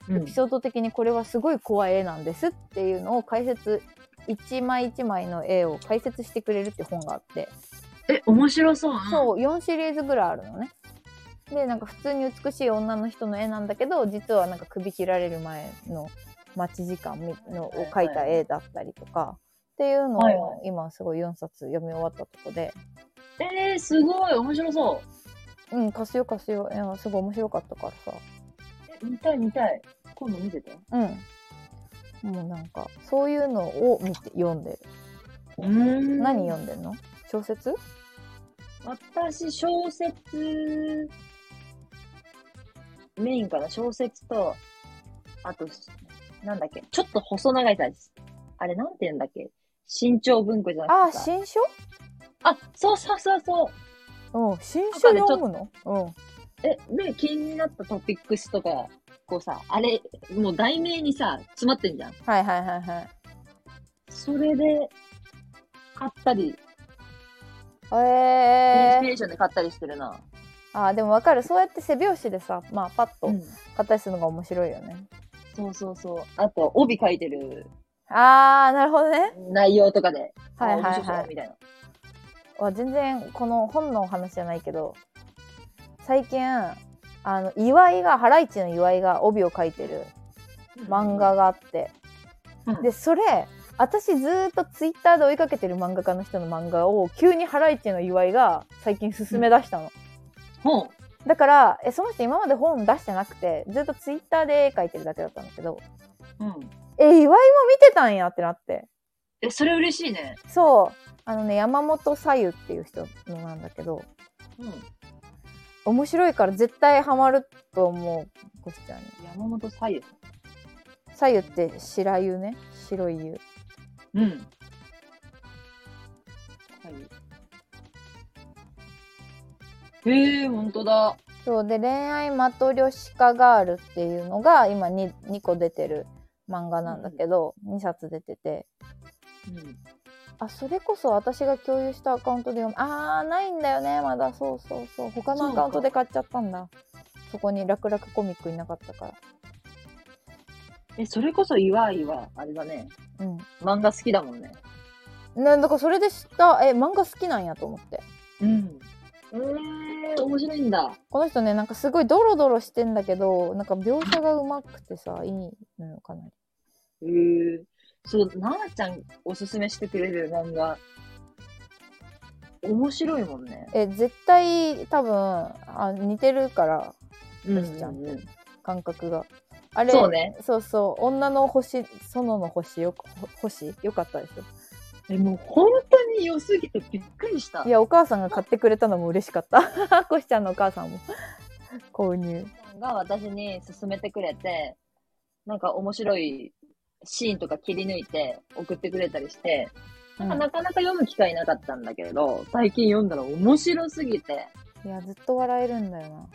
Speaker 2: う
Speaker 1: エピソード的にこれはすごい怖い絵なんですっていうのを解説、一枚一枚の絵を解説してくれるって本があって、
Speaker 2: え、面白そう。
Speaker 1: そう4シリーズぐらいあるのねでなんか普通に美しい女の人の絵なんだけど実はなんか首切られる前の待ち時間みのを描いた絵だったりとかっていうの
Speaker 2: はいは
Speaker 1: を今すごい4冊読み終わったとこで
Speaker 2: えー、すごい。面白そ
Speaker 1: うん貸すよ貸すよいやすごい面白かったからさ
Speaker 2: う。え、見たい見たい。今度見てて。
Speaker 1: うんもうなんかそういうのを見て読んでる
Speaker 2: うん
Speaker 1: 何読んでんの小説
Speaker 2: 私、小説、メインかな。小説と、あと、なんだっけ。ちょっと細長いタイプ。あれ、なんて言うんだっけ。新潮文庫じゃ
Speaker 1: あ
Speaker 2: な
Speaker 1: あ
Speaker 2: くてさ。
Speaker 1: 新書
Speaker 2: あ、そうそうそうそう。
Speaker 1: うん新書読むのうん
Speaker 2: え、で、気になったトピックスとか、こうさ、あれ、もう題名にさ、詰まってんじゃん。
Speaker 1: はいはいはいはい
Speaker 2: それで、買ったり、インス
Speaker 1: え
Speaker 2: ピ
Speaker 1: ー
Speaker 2: レーションで買ったりしてるな。
Speaker 1: あーでもわかるそうやって背拍子でさまあパッと
Speaker 2: うん
Speaker 1: 形するのが面白いよね、
Speaker 2: そうそうそう。あと、帯書いてる
Speaker 1: ああなるほどね
Speaker 2: 内容とかで、
Speaker 1: はい
Speaker 2: あ
Speaker 1: はい
Speaker 2: 面白そう
Speaker 1: はい
Speaker 2: みたいな。
Speaker 1: わ全然この本のお話じゃないけど最近あの岩井がハライチの岩井が帯を書いてる漫画があって、
Speaker 2: うん
Speaker 1: でそれ私ずーっとツイッターで追いかけてる漫画家の人の漫画を急にハライチの岩井が最近勧め出したの、
Speaker 2: ほ
Speaker 1: だからえその人今まで本出してなくてずっとツイッターで絵描いてるだけだったんだけど
Speaker 2: う。うん。
Speaker 1: え岩井も見てたんやってなって
Speaker 2: え、それ嬉しいね。
Speaker 1: そうあのね山本さゆっていう人のなんだけど
Speaker 2: うん。
Speaker 1: 面白いから絶対ハマると思うこしちゃんに
Speaker 2: 山本さゆ。
Speaker 1: さゆって白湯ね白い湯
Speaker 2: うん。はい。へえ、ほんとだ。
Speaker 1: そうで恋愛マトリョシカガールっていうのが今 2, 2個出てる漫画なんだけど、2冊出てて
Speaker 2: うん。
Speaker 1: あそれこそ私が共有したアカウントで読むあーないんだよねまだそうそうそう他のアカウントで買っちゃったんだそこに楽々コミックいなかったから
Speaker 2: え、それこそ岩井は、あれだね。
Speaker 1: うん
Speaker 2: 漫画好きだもんね。
Speaker 1: ね、だからそれで知ったえ漫画好きなんやと思って
Speaker 2: うん。えー、面白いんだ。
Speaker 1: この人ねなんかすごいドロドロしてんだけどなんか描写がうまくてさいいのよかなり
Speaker 2: へえー。そう、なあちゃんおすすめしてくれる漫画。面白いもんね。
Speaker 1: え絶対多分あ似てるから
Speaker 2: うん
Speaker 1: しちゃんって感覚があれ
Speaker 2: そうね。
Speaker 1: そうそう女の星園の星よほ星よかったでしょ
Speaker 2: え、もう本当にに良すぎてびっくりした。
Speaker 1: いやお母さんが買ってくれたのも嬉しかった こしちゃんのお母さんも購入
Speaker 2: が私に勧めてくれて、なんか面白いシーンとか切り抜いて送ってくれたりして、
Speaker 1: うん
Speaker 2: なかなか読む機会なかったんだけど、最近読んだら面白すぎて、
Speaker 1: いやずっと笑えるんだよ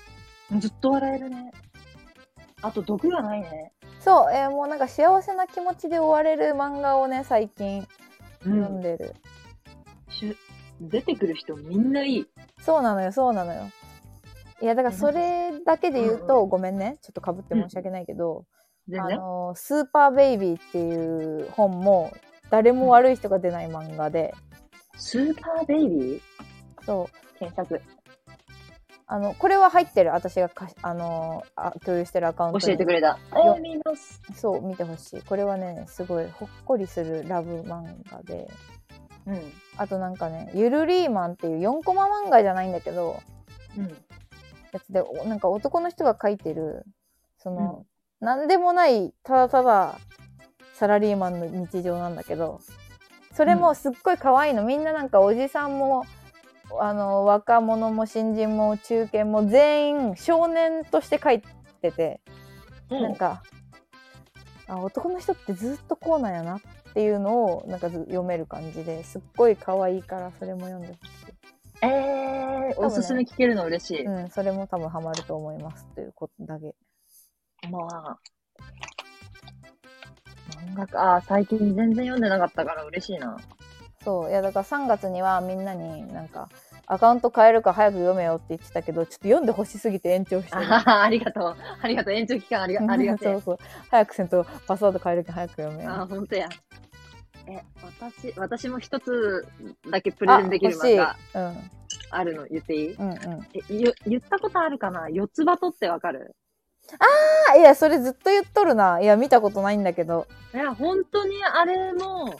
Speaker 1: な
Speaker 2: ずっと笑えるね。あと、毒がないね。
Speaker 1: そう、えーもうなんか幸せな気持ちで終われる漫画をね最近
Speaker 2: う
Speaker 1: 読んでる、
Speaker 2: し出てくる人みんないい。
Speaker 1: そうなのよそうなのよいやだからそれだけで言うと、ごめんねちょっとかぶって申し訳ないけど、
Speaker 2: 全
Speaker 1: あ
Speaker 2: 然。
Speaker 1: のスーパーベイビーっていう本も誰も悪い人が出ない漫画で、
Speaker 2: スーパーベイビー
Speaker 1: そう
Speaker 2: 検索。
Speaker 1: あのこれは入ってる私がかあのあ共有してるアカウントに
Speaker 2: 教えてくれた。
Speaker 1: よ
Speaker 2: えー、見ます。
Speaker 1: そう見てほしいこれはねすごいほっこりするラブ漫画で
Speaker 2: うん。
Speaker 1: あとなんかね「ゆるリーマン」っていう4コマ漫画じゃないんだけど
Speaker 2: うん。
Speaker 1: やつでおなんか男の人が書いてるその、なん、何でもないただただサラリーマンの日常なんだけどそれもすっごい可愛いの、みんななんかおじさんもあの若者も新人も中堅も全員少年として書いてて、なんかあ男の人ってずっとこうなんやなっていうのをなんかず読める感じですっごい可愛いからそれも読んでほし
Speaker 2: えー、おすすめ聞けるの嬉しい。
Speaker 1: い、うん、それも多分ハマると思いますということだけ
Speaker 2: まあ、漫画か、あー最近全然読んでなかったから嬉しいな。
Speaker 1: そういやだから3月にはみんなになんかアカウント変えるか早く読めよって言ってたけどちょっと読んでほしすぎて延長して
Speaker 2: あ
Speaker 1: る
Speaker 2: ははありがとう。ありがとう。延長期間ありがあり が
Speaker 1: そ
Speaker 2: と
Speaker 1: う
Speaker 2: う。
Speaker 1: そう早くせんとパスワード変えるか早く読めよ
Speaker 2: あー、ほんとや。え、私、私も一つだけプレゼンできる
Speaker 1: あ欲しい
Speaker 2: 漫画
Speaker 1: うん
Speaker 2: あるの言っていい
Speaker 1: うんうん
Speaker 2: え、ゆ言ったことあるかな四つ葉とってわかる
Speaker 1: あいやそれずっと言っとるないや見たことないんだけど
Speaker 2: いや、本当にあれも、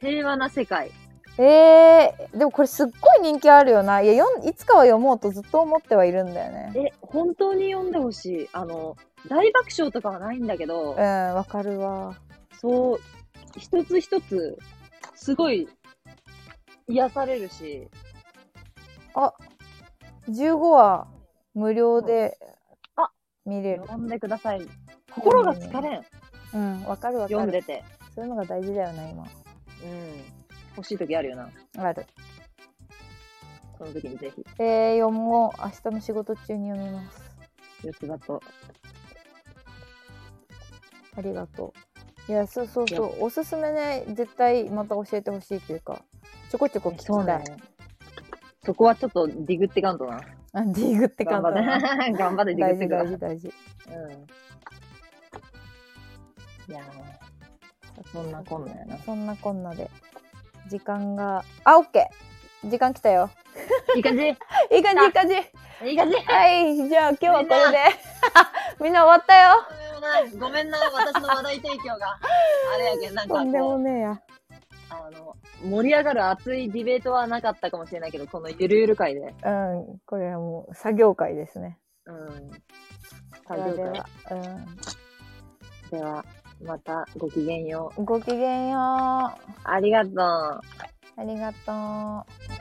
Speaker 2: 平和な世界。
Speaker 1: えー、でもこれすっごい人気あるよないや読んいつかは読もうとずっと思ってはいるんだよね
Speaker 2: え、本当に読んでほしい。あの、大爆笑とかはないんだけど、
Speaker 1: うんわかるわ
Speaker 2: そう、一つ一つ、すごい、癒されるし、
Speaker 1: 15話無料で
Speaker 2: あ
Speaker 1: 見れる
Speaker 2: 読んでください。心が疲れん。
Speaker 1: うんわかるわか
Speaker 2: 読ん
Speaker 1: る
Speaker 2: でて。
Speaker 1: そういうのが大事だよね今
Speaker 2: うん。欲しい時あるよな。
Speaker 1: ある
Speaker 2: その時にぜひ、
Speaker 1: えー、読もう。明日の仕事中に読みます。
Speaker 2: 四つ葉と。
Speaker 1: ありがとう。いや、そうそうそう。おすすめね、絶対また教えてほしいというか、ちょこちょこ聞きたい。
Speaker 2: ね。そこはちょっとディグってかんとな。
Speaker 1: あ、ディグって感
Speaker 2: 頑張
Speaker 1: じ。
Speaker 2: って、頑張ってディグ
Speaker 1: 大
Speaker 2: って
Speaker 1: 事
Speaker 2: く
Speaker 1: 大
Speaker 2: わ
Speaker 1: 事大事。
Speaker 2: うん。いやーそんなこんなや な。
Speaker 1: そんなこんなで。時間が、あ、オッケー時間来たよ。
Speaker 2: いい感じい
Speaker 1: いい感じいい感じ
Speaker 2: い感じ
Speaker 1: はい、じゃあ今日はこれで。 みんな終わったよ。
Speaker 2: ごめんな、私の話題提供 が。あれやけん、なん
Speaker 1: と
Speaker 2: か
Speaker 1: んでも
Speaker 2: こう、
Speaker 1: ねえや。
Speaker 2: あの、盛り上がる熱いディベートはなかったかもしれないけど、このゆるゆる会で。
Speaker 1: うん、これはもう作業会ですね。
Speaker 2: うん。作業
Speaker 1: で
Speaker 2: 会
Speaker 1: は。では
Speaker 2: では、またごきげんよ
Speaker 1: うん。ごきげんよう。
Speaker 2: う。ありがとう。
Speaker 1: ありがとう。